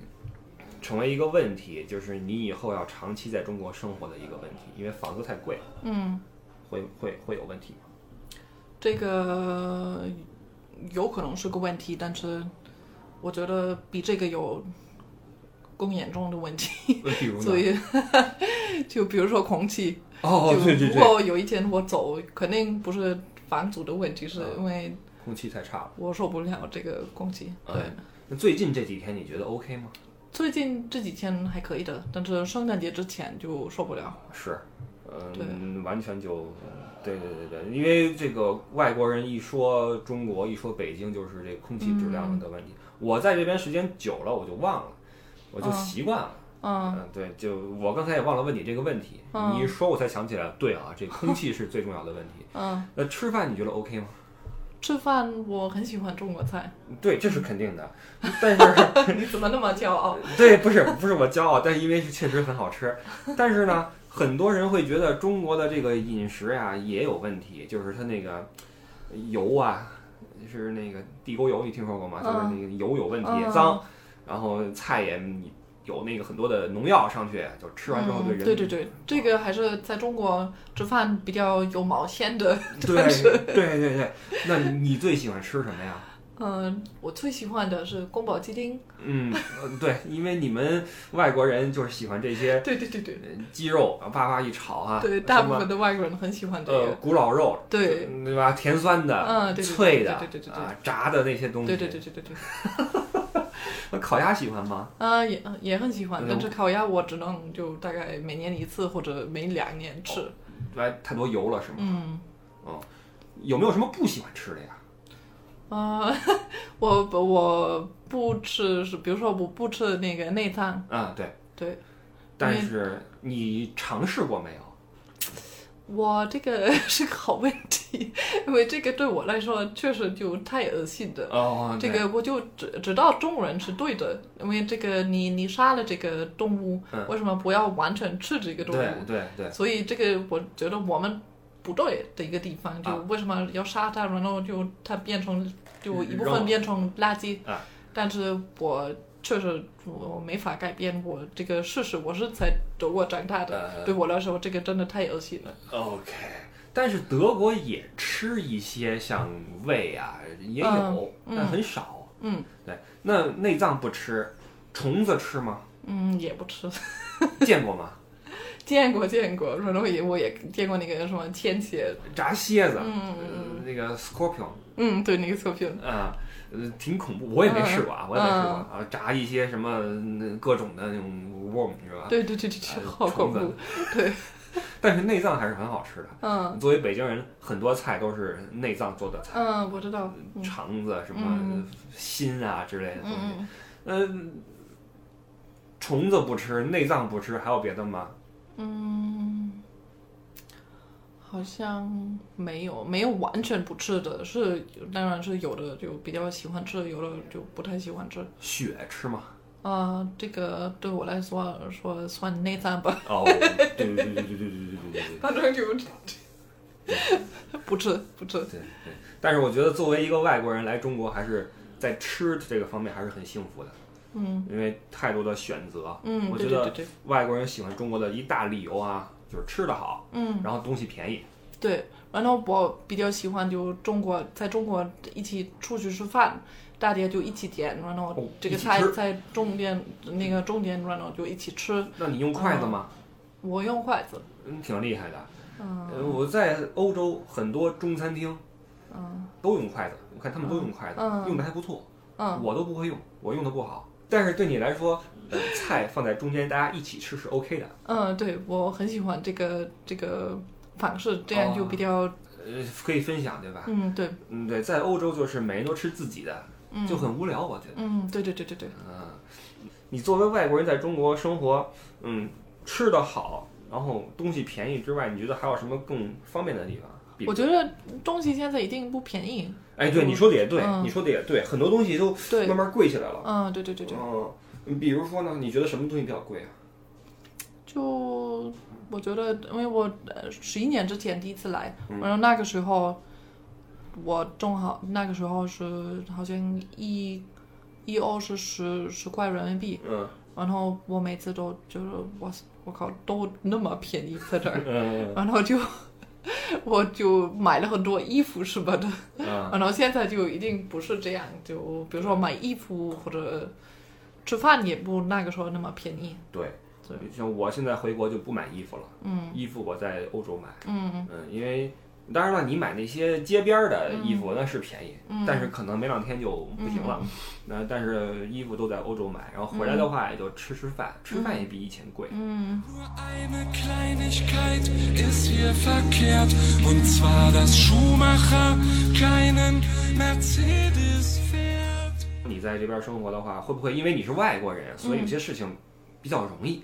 Speaker 1: 成为一个问题？就是你以后要长期在中国生活的一个问题，因为房子太贵，
Speaker 2: 嗯，
Speaker 1: 会会会有问题吗？
Speaker 2: 这个有可能是个问题，但是我觉得比这个有更严重的问题，
Speaker 1: 比如
Speaker 2: 所
Speaker 1: 呢？
Speaker 2: 以 就比如说空气，
Speaker 1: 哦，
Speaker 2: 就
Speaker 1: 对对
Speaker 2: 如
Speaker 1: 对，
Speaker 2: 果有一天我走，肯定不是房租的问题，是
Speaker 1: 嗯
Speaker 2: 因为
Speaker 1: 空气太差了。
Speaker 2: 我受不了这个空气。对，
Speaker 1: 哎那最近这几天你觉得 OK 吗？
Speaker 2: 最近这几天还可以的，但是圣诞节之前就受不了。
Speaker 1: 是，嗯，完全就，对对对对，因为这个外国人一说中国，一说北京，就是这空气质量的问题。我在这边时间久了，我就忘了，我就
Speaker 2: 嗯
Speaker 1: 习惯了。
Speaker 2: 嗯，
Speaker 1: 嗯，对，就我刚才也忘了问你这个问题，
Speaker 2: 嗯
Speaker 1: 你一说我才想起来，对啊，这空气是最重要的问题。
Speaker 2: 嗯，
Speaker 1: 那吃饭你觉得 OK 吗？
Speaker 2: 吃饭我很喜欢中国 菜，
Speaker 1: 对，这是肯定的， 但是
Speaker 2: 你怎么那么骄傲？
Speaker 1: 对，不是不是我骄傲，但是因为是确实很好吃，但是呢，很多人会觉得中国的这个饮食呀、也有问题，就是它那个油啊，是那个地沟油，你听说过吗？就是那个油有问题，
Speaker 2: 嗯
Speaker 1: 脏，然后菜也有那个很多的农药上去，就吃完之后对
Speaker 2: 嗯
Speaker 1: 人、
Speaker 2: 对对对，这个还是在中国吃饭比较有毛线的。
Speaker 1: 对对对对，那你最喜欢吃什么呀？
Speaker 2: 嗯，我最喜欢的是宫保鸡丁。
Speaker 1: 嗯，呃对，因为你们外国人就是喜欢这些
Speaker 2: 对对对对
Speaker 1: 呃鸡肉，叭叭一炒啊，
Speaker 2: 对，
Speaker 1: 什
Speaker 2: 大部
Speaker 1: 么
Speaker 2: 分的外国人很喜欢这
Speaker 1: 呃
Speaker 2: 个。
Speaker 1: 古老肉，
Speaker 2: 对
Speaker 1: 对吧？甜酸的，
Speaker 2: 嗯对对对
Speaker 1: 脆的，
Speaker 2: 对对对对对
Speaker 1: 啊，炸的那些东西。
Speaker 2: 对对对对对对。
Speaker 1: 那烤鸭喜欢吗？
Speaker 2: 啊，也也很喜欢，
Speaker 1: 嗯
Speaker 2: 但是烤鸭我只能就大概每年一次或者每两年吃。
Speaker 1: 哦来，太多油了是吗？哦
Speaker 2: 嗯，
Speaker 1: 有没有什么不喜欢吃的呀？
Speaker 2: 啊、 我我不吃，是比如说我不吃那个内脏，
Speaker 1: 啊，对，
Speaker 2: 对
Speaker 1: 但是你尝试过没有？
Speaker 2: 我这个 是个好问题，因为这个对我来说确实就太恶心的。
Speaker 1: 哦，
Speaker 2: 这
Speaker 1: 对
Speaker 2: 个我就知知道中国人是对的，因为这个你你杀了这个动物，
Speaker 1: 嗯
Speaker 2: 为什么不要完全吃这个动物
Speaker 1: 对？对对，
Speaker 2: 所以这个我觉得我们不对的一个地方，就
Speaker 1: 啊
Speaker 2: 为什么要杀它，然后就它变成就一部
Speaker 1: 肉
Speaker 2: 分变成垃圾。
Speaker 1: 啊
Speaker 2: 但是我确实我没法改变我这个事实，我是在德国长大的，
Speaker 1: 呃
Speaker 2: 对我来说这个真的太恶心了。
Speaker 1: ，OK。但是德国也吃一些像胃啊，也有，
Speaker 2: 嗯
Speaker 1: 但很少。
Speaker 2: 嗯
Speaker 1: 对，那内脏不吃，虫子吃吗？
Speaker 2: 嗯，也不吃，
Speaker 1: 见过吗？
Speaker 2: 见过见过，然后也我也见过那个什么天蝎，
Speaker 1: 炸蝎子，
Speaker 2: 嗯
Speaker 1: 呃那个 scorpion，
Speaker 2: 嗯，对那个作品，
Speaker 1: 啊，呃，挺恐怖，我也没试过啊，
Speaker 2: 嗯
Speaker 1: 我也没试过啊，炸一些什么嗯各种的那种 worm 是吧？
Speaker 2: 对对对对对，
Speaker 1: 啊
Speaker 2: 好恐
Speaker 1: 虫
Speaker 2: 怖
Speaker 1: 子，但是内脏还是很好吃的。
Speaker 2: 嗯
Speaker 1: 作为北京人，很多菜都是内脏做的菜，
Speaker 2: 嗯，我知道，嗯
Speaker 1: 肠子什么
Speaker 2: 嗯
Speaker 1: 心啊之类的东
Speaker 2: 嗯
Speaker 1: 西。
Speaker 2: 嗯
Speaker 1: 嗯，虫子不吃，内脏不吃，还有别的吗？
Speaker 2: 嗯，好像没有，没有完全不吃的，是当然是有的就比较喜欢吃，有的就不太喜欢吃。
Speaker 1: 血吃吗？
Speaker 2: 嗯、呃，这个对我来说啊说算内战吧，
Speaker 1: 哦，对对对对对对对对对对。
Speaker 2: 反正就 不吃不吃，
Speaker 1: 对对，但是我觉得作为一个外国人来中国，还是在吃这个方面还是很幸福的，
Speaker 2: 嗯
Speaker 1: 因为太多的选择。
Speaker 2: 嗯，
Speaker 1: 我
Speaker 2: 对
Speaker 1: 觉
Speaker 2: 对
Speaker 1: 得
Speaker 2: 对对，
Speaker 1: 外国人喜欢中国的一大理由啊，就是吃的好，
Speaker 2: 嗯
Speaker 1: 然后东西便宜。
Speaker 2: 对。然后我比较喜欢就中国，在中国一起出去吃饭，大家就一起点，然后
Speaker 1: 哦
Speaker 2: 这个
Speaker 1: 一起
Speaker 2: 菜
Speaker 1: 吃
Speaker 2: 在重点那个重点，然后就一起吃。
Speaker 1: 那你用筷
Speaker 2: 嗯
Speaker 1: 子吗？
Speaker 2: 我用筷子，
Speaker 1: 嗯，挺厉害的。
Speaker 2: 嗯
Speaker 1: 呃，我在欧洲很多中餐厅
Speaker 2: 嗯
Speaker 1: 都用筷子，我看他们都用筷子，
Speaker 2: 嗯
Speaker 1: 用的还不错。
Speaker 2: 嗯，
Speaker 1: 我都不会用，我用的不好。但是对你来说，呃，菜放在中间，大家一起吃是 OK 的。
Speaker 2: 嗯，对我很喜欢这个这个方式，这样就比较、
Speaker 1: 呃，可以分享，对哦吧？
Speaker 2: 嗯对
Speaker 1: 嗯，对，在欧洲就是每人都吃自己的，
Speaker 2: 嗯
Speaker 1: 就很无聊，我觉得。
Speaker 2: 嗯对对对对对，
Speaker 1: 嗯，你作为外国人在中国生活，嗯，吃的好，然后东西便宜之外，你觉得还有什么更方便的地方？比
Speaker 2: 我觉得东西现在一定不便宜，
Speaker 1: 哎，对，你说的也对，
Speaker 2: 嗯
Speaker 1: 你说的也对，很多东西都
Speaker 2: 对
Speaker 1: 慢，慢贵起来了。
Speaker 2: 嗯对对对对，
Speaker 1: 嗯，比如说呢，你觉得什么东西比较贵啊？
Speaker 2: 就我觉得，因为我呃十一年之前第一次来，
Speaker 1: 嗯
Speaker 2: 然后那个时候我正好那个时候是好像一一欧是十十块人民币，
Speaker 1: 嗯
Speaker 2: 然后我每次都就是我我靠都那么便宜在这儿。
Speaker 1: 嗯
Speaker 2: 然后就我就买了很多衣服什么的，
Speaker 1: 嗯
Speaker 2: 然后现在就一定不是这样，就比如说买衣服或者吃饭也不那个时候那么便宜，
Speaker 1: 对
Speaker 2: 对。
Speaker 1: 像我现在回国就不买衣服了，
Speaker 2: 嗯
Speaker 1: 衣服我在欧洲买，
Speaker 2: 嗯
Speaker 1: 嗯，因为当然了，你买那些街边儿的衣服那是便宜，
Speaker 2: 嗯
Speaker 1: 但是可能没两天就不行了。那但是衣服都在欧洲买，然后回来的话也就吃吃饭，吃饭也比以前贵。
Speaker 2: 嗯，
Speaker 3: Nur eine Kleinigkeit ist hier verkehrt, und zwar, dass Schuhmacher keinen Mercedes fährt.
Speaker 1: 你在这边生活的话，会不会因为你是外国人，所以
Speaker 2: 嗯
Speaker 1: 有些事情比较容易？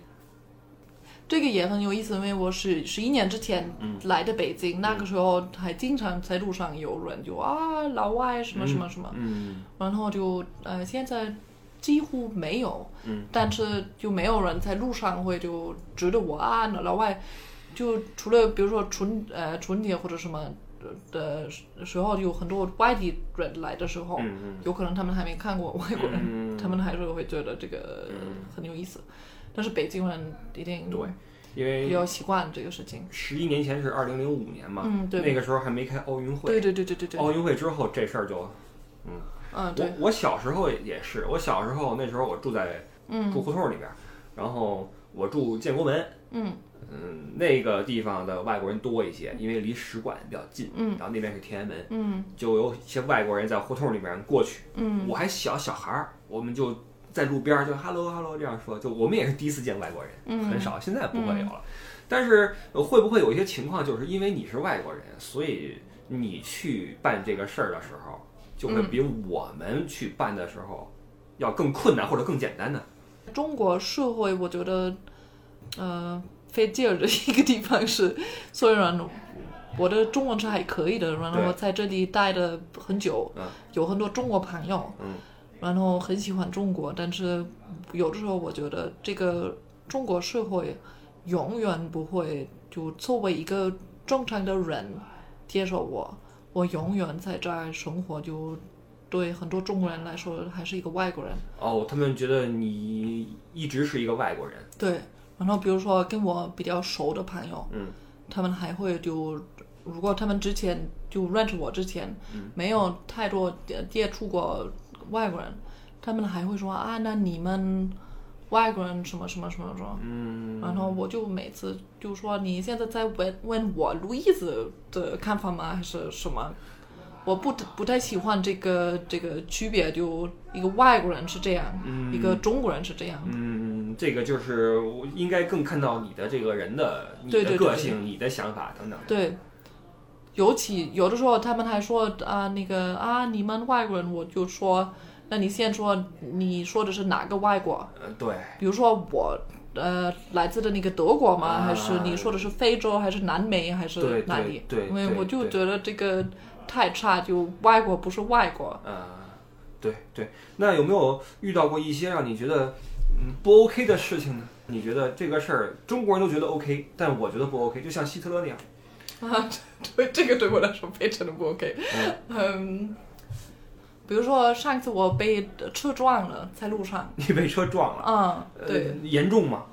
Speaker 2: 这个也很有意思，因为我是十一年之前来的北京，那个时候还经常在路上有人就啊老外什么什么什么，
Speaker 1: 嗯
Speaker 2: 然后就呃现在几乎没有，
Speaker 1: 嗯，
Speaker 2: 但是就没有人在路上会就觉得我啊老外，就除了比如说春呃春节或者什么的呃时候，有很多外地人来的时候，
Speaker 1: 嗯嗯
Speaker 2: 有可能他们还没看过外国人，
Speaker 1: 嗯，
Speaker 2: 他们还是会觉得这个很有意思，但是北京人一定
Speaker 1: 对，因
Speaker 2: 比
Speaker 1: 为
Speaker 2: 较习惯这个事情，
Speaker 1: 十一年前是二零零五年嘛，
Speaker 2: 嗯对
Speaker 1: 那个时候还没开奥运会，
Speaker 2: 对对对对对
Speaker 1: 奥
Speaker 2: 对，
Speaker 1: 运会之后这事儿就
Speaker 2: 嗯对
Speaker 1: 哦我，我小时候也是，我小时候那时候我住在
Speaker 2: 嗯
Speaker 1: 住胡同里边儿，然后我住建国门，
Speaker 2: 嗯
Speaker 1: 嗯，那个地方的外国人多一些，因为离使馆比较近，
Speaker 2: 嗯
Speaker 1: 然后那边是天安门，
Speaker 2: 嗯
Speaker 1: 就有一些外国人在胡同里面过去，
Speaker 2: 嗯
Speaker 1: 我还小小孩儿，我们就在路边儿就 hello hello 这样说，就我们也是第一次见外国人，
Speaker 2: 嗯
Speaker 1: 很少，现在不会有了。但是呃会不会有一些情况，就是因为你是外国人，所以你去办这个事儿的时候，就会比我们去办的时候要更困难或者更简单呢？
Speaker 2: 中国社会，我觉得，呃，费劲儿的一个地方是，虽然我的中文是还可以的，然后
Speaker 1: 对
Speaker 2: 我在这里待了很久，
Speaker 1: 嗯
Speaker 2: 有很多中国朋友，
Speaker 1: 嗯
Speaker 2: 然后很喜欢中国，但是有的时候我觉得这个中国社会永远不会就作为一个正常的人接受我，我永远在这儿生活就。对很多中国人来说，还是一个外国人。
Speaker 1: 哦，他们觉得你一直是一个外国人，
Speaker 2: 对，然后比如说跟我比较熟的朋友，
Speaker 1: 嗯，
Speaker 2: 他们还会就，如果他们之前就认识我之前，
Speaker 1: 嗯
Speaker 2: 没有太多接接触过外国人，他们还会说啊，那你们外国人什么什么什么什么，
Speaker 1: 嗯，
Speaker 2: 然后我就每次就说你现在在问问我路易斯的看法吗？还是什么？我不不太喜欢这个这个区别，就一个外国人是这样，一个中国人是这样，
Speaker 1: 嗯，这个就是我应该更看到你的这个人的你
Speaker 2: 对
Speaker 1: 的
Speaker 2: 对对
Speaker 1: 个
Speaker 2: 对
Speaker 1: 性、你的想法等等。
Speaker 2: 对，尤其有的时候他们还说啊，那个啊，你们外国人，我就说，那你先说你说的是哪个外国？
Speaker 1: 呃，对，
Speaker 2: 比如说我呃来自的那个德国吗？
Speaker 1: 啊
Speaker 2: 还是你说的是非洲，还是南美，还是
Speaker 1: 对
Speaker 2: 哪里？
Speaker 1: 对对
Speaker 2: 因为
Speaker 1: 对
Speaker 2: 我就
Speaker 1: 对
Speaker 2: 觉得这个太差，就外国不是外国。
Speaker 1: 呃，对对。那有没有遇到过一些让你觉得嗯，不 OK 的事情呢？你觉得这个事儿中国人都觉得 OK，但我觉得不 OK，就像希特勒那样，
Speaker 2: 啊，对，这个对我来说非常的不 OK。嗯，比如说上次我被车撞了，在路上。
Speaker 1: 你被车撞了，
Speaker 2: 嗯，
Speaker 1: 呃
Speaker 2: 对，、
Speaker 1: 严重吗？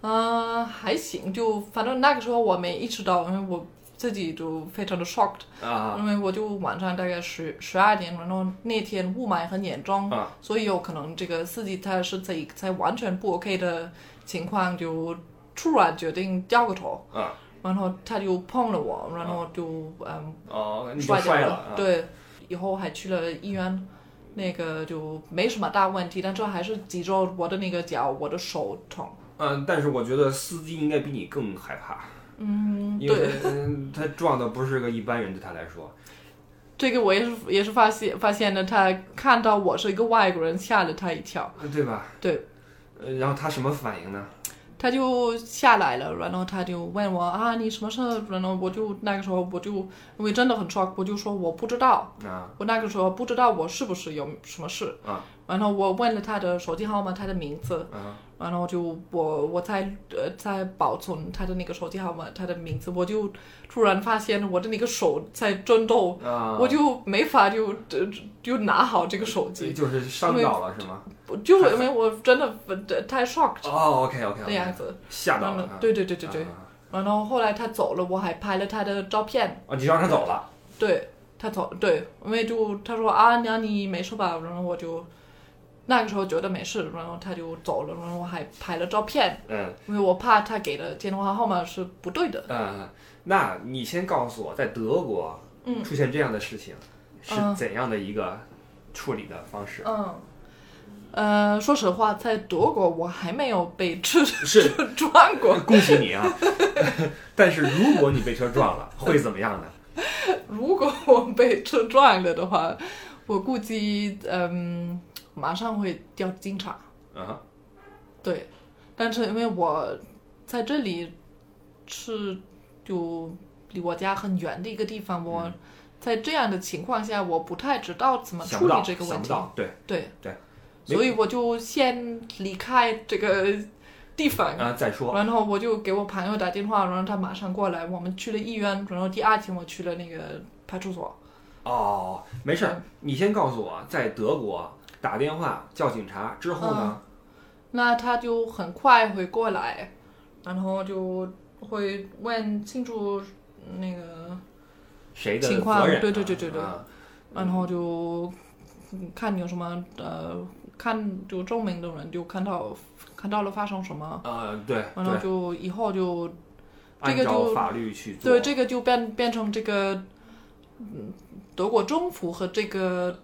Speaker 2: 嗯、还行，就反正那个时候我没意识到，因为我自己就非常的 shocked，
Speaker 1: 啊
Speaker 2: 因为我就晚上大概十十二点，然后那天雾霾很严重，
Speaker 1: 啊
Speaker 2: 所以有可能这个司机他是在在完全不 OK 的情况就突然决定掉个头，
Speaker 1: 啊
Speaker 2: 然后他就碰了我，然后就嗯
Speaker 1: 哦，你就
Speaker 2: 摔
Speaker 1: 摔
Speaker 2: 掉
Speaker 1: 了，啊、
Speaker 2: 对，以后还去了医院，那个就没什么大问题，但是还是脊椎我的那个脚我的手痛。
Speaker 1: 嗯，但是我觉得司机应该比你更害怕，
Speaker 2: 嗯，
Speaker 1: 因为
Speaker 2: 对，
Speaker 1: 嗯他撞的不是个一般人，对他来说，
Speaker 2: 这个我也是也是发现发现的，他看到我是一个外国人，吓了他一跳。
Speaker 1: 对吧？
Speaker 2: 对
Speaker 1: 呃，然后他什么反应呢？
Speaker 2: 他就下来了，然后他就问我啊，你什么事？然后我就那个时候我就因为真的很 shock，我就说我不知道，
Speaker 1: 啊
Speaker 2: 我那个时候不知道我是不是有什么事。
Speaker 1: 啊
Speaker 2: 然后我问了他的手机号码，他的名字，
Speaker 1: 啊
Speaker 2: 然后就我我在呃在保存他的那个手机号码，他的名字，我就突然发现我的那个手在震动，
Speaker 1: 啊！
Speaker 2: 我就没法就呃就拿好这个手
Speaker 1: 就
Speaker 2: 机，
Speaker 1: 就是伤到了是吗？
Speaker 2: 我就因为我真的呃太 shocked
Speaker 1: 哦，OK OK，
Speaker 2: 那样子，
Speaker 1: 吓到
Speaker 2: 然后
Speaker 1: 了，啊
Speaker 2: 对对对对对，
Speaker 1: 啊
Speaker 2: 然后后来他走了，我还拍了他的照片，
Speaker 1: 哦，你让他走了，
Speaker 2: 对他走对，因为就他说啊，那你没事吧？然后我就那个时候觉得没事，然后他就走了，然后我还拍了照片。
Speaker 1: 嗯
Speaker 2: 因为我怕他给的电话号码是不对的。
Speaker 1: 嗯，那你先告诉我，在德国
Speaker 2: 嗯
Speaker 1: 出现这样的事情是
Speaker 2: 嗯
Speaker 1: 怎样的一个处理的方式？
Speaker 2: 嗯，呃，说实话，在德国我还没有被 车
Speaker 1: 是
Speaker 2: 撞过。
Speaker 1: 恭喜你啊！ 但是如果你被车撞了，会怎么样呢？
Speaker 2: 如果我被车撞了的话，我估计嗯，马上会叫警察。
Speaker 1: 啊，
Speaker 2: 对，但是因为我在这里是就离我家很远的一个地方，
Speaker 1: 嗯
Speaker 2: 我在这样的情况下，我不太知道怎么
Speaker 1: 想
Speaker 2: 处
Speaker 1: 不
Speaker 2: 理
Speaker 1: 到，
Speaker 2: 这个问
Speaker 1: 想不
Speaker 2: 题。
Speaker 1: 到，对
Speaker 2: 对
Speaker 1: 对，没
Speaker 2: 所以我就先离开这个地方，
Speaker 1: 啊，再说
Speaker 2: 然后我就给我朋友打电话，然后他马上过来，我们去了医院，然后第二天我去了那个派出所。
Speaker 1: 哦，没事儿，你先告诉我，在德国打电话叫警察之后
Speaker 2: 嗯
Speaker 1: 呢？
Speaker 2: 那他就很快会过来，然后就会问清楚那个，
Speaker 1: 谁的
Speaker 2: 情况
Speaker 1: 责任啊？
Speaker 2: 对对对对对
Speaker 1: 啊
Speaker 2: 然后就嗯看有什么呃，看就证明的人就看到看到了发生什么，
Speaker 1: 呃，对
Speaker 2: 然后
Speaker 1: 对，
Speaker 2: 就以后就这
Speaker 1: 按
Speaker 2: 个
Speaker 1: 照
Speaker 2: 就
Speaker 1: 法律去做。
Speaker 2: 对，这个就变变成这个，嗯，德国政府和这个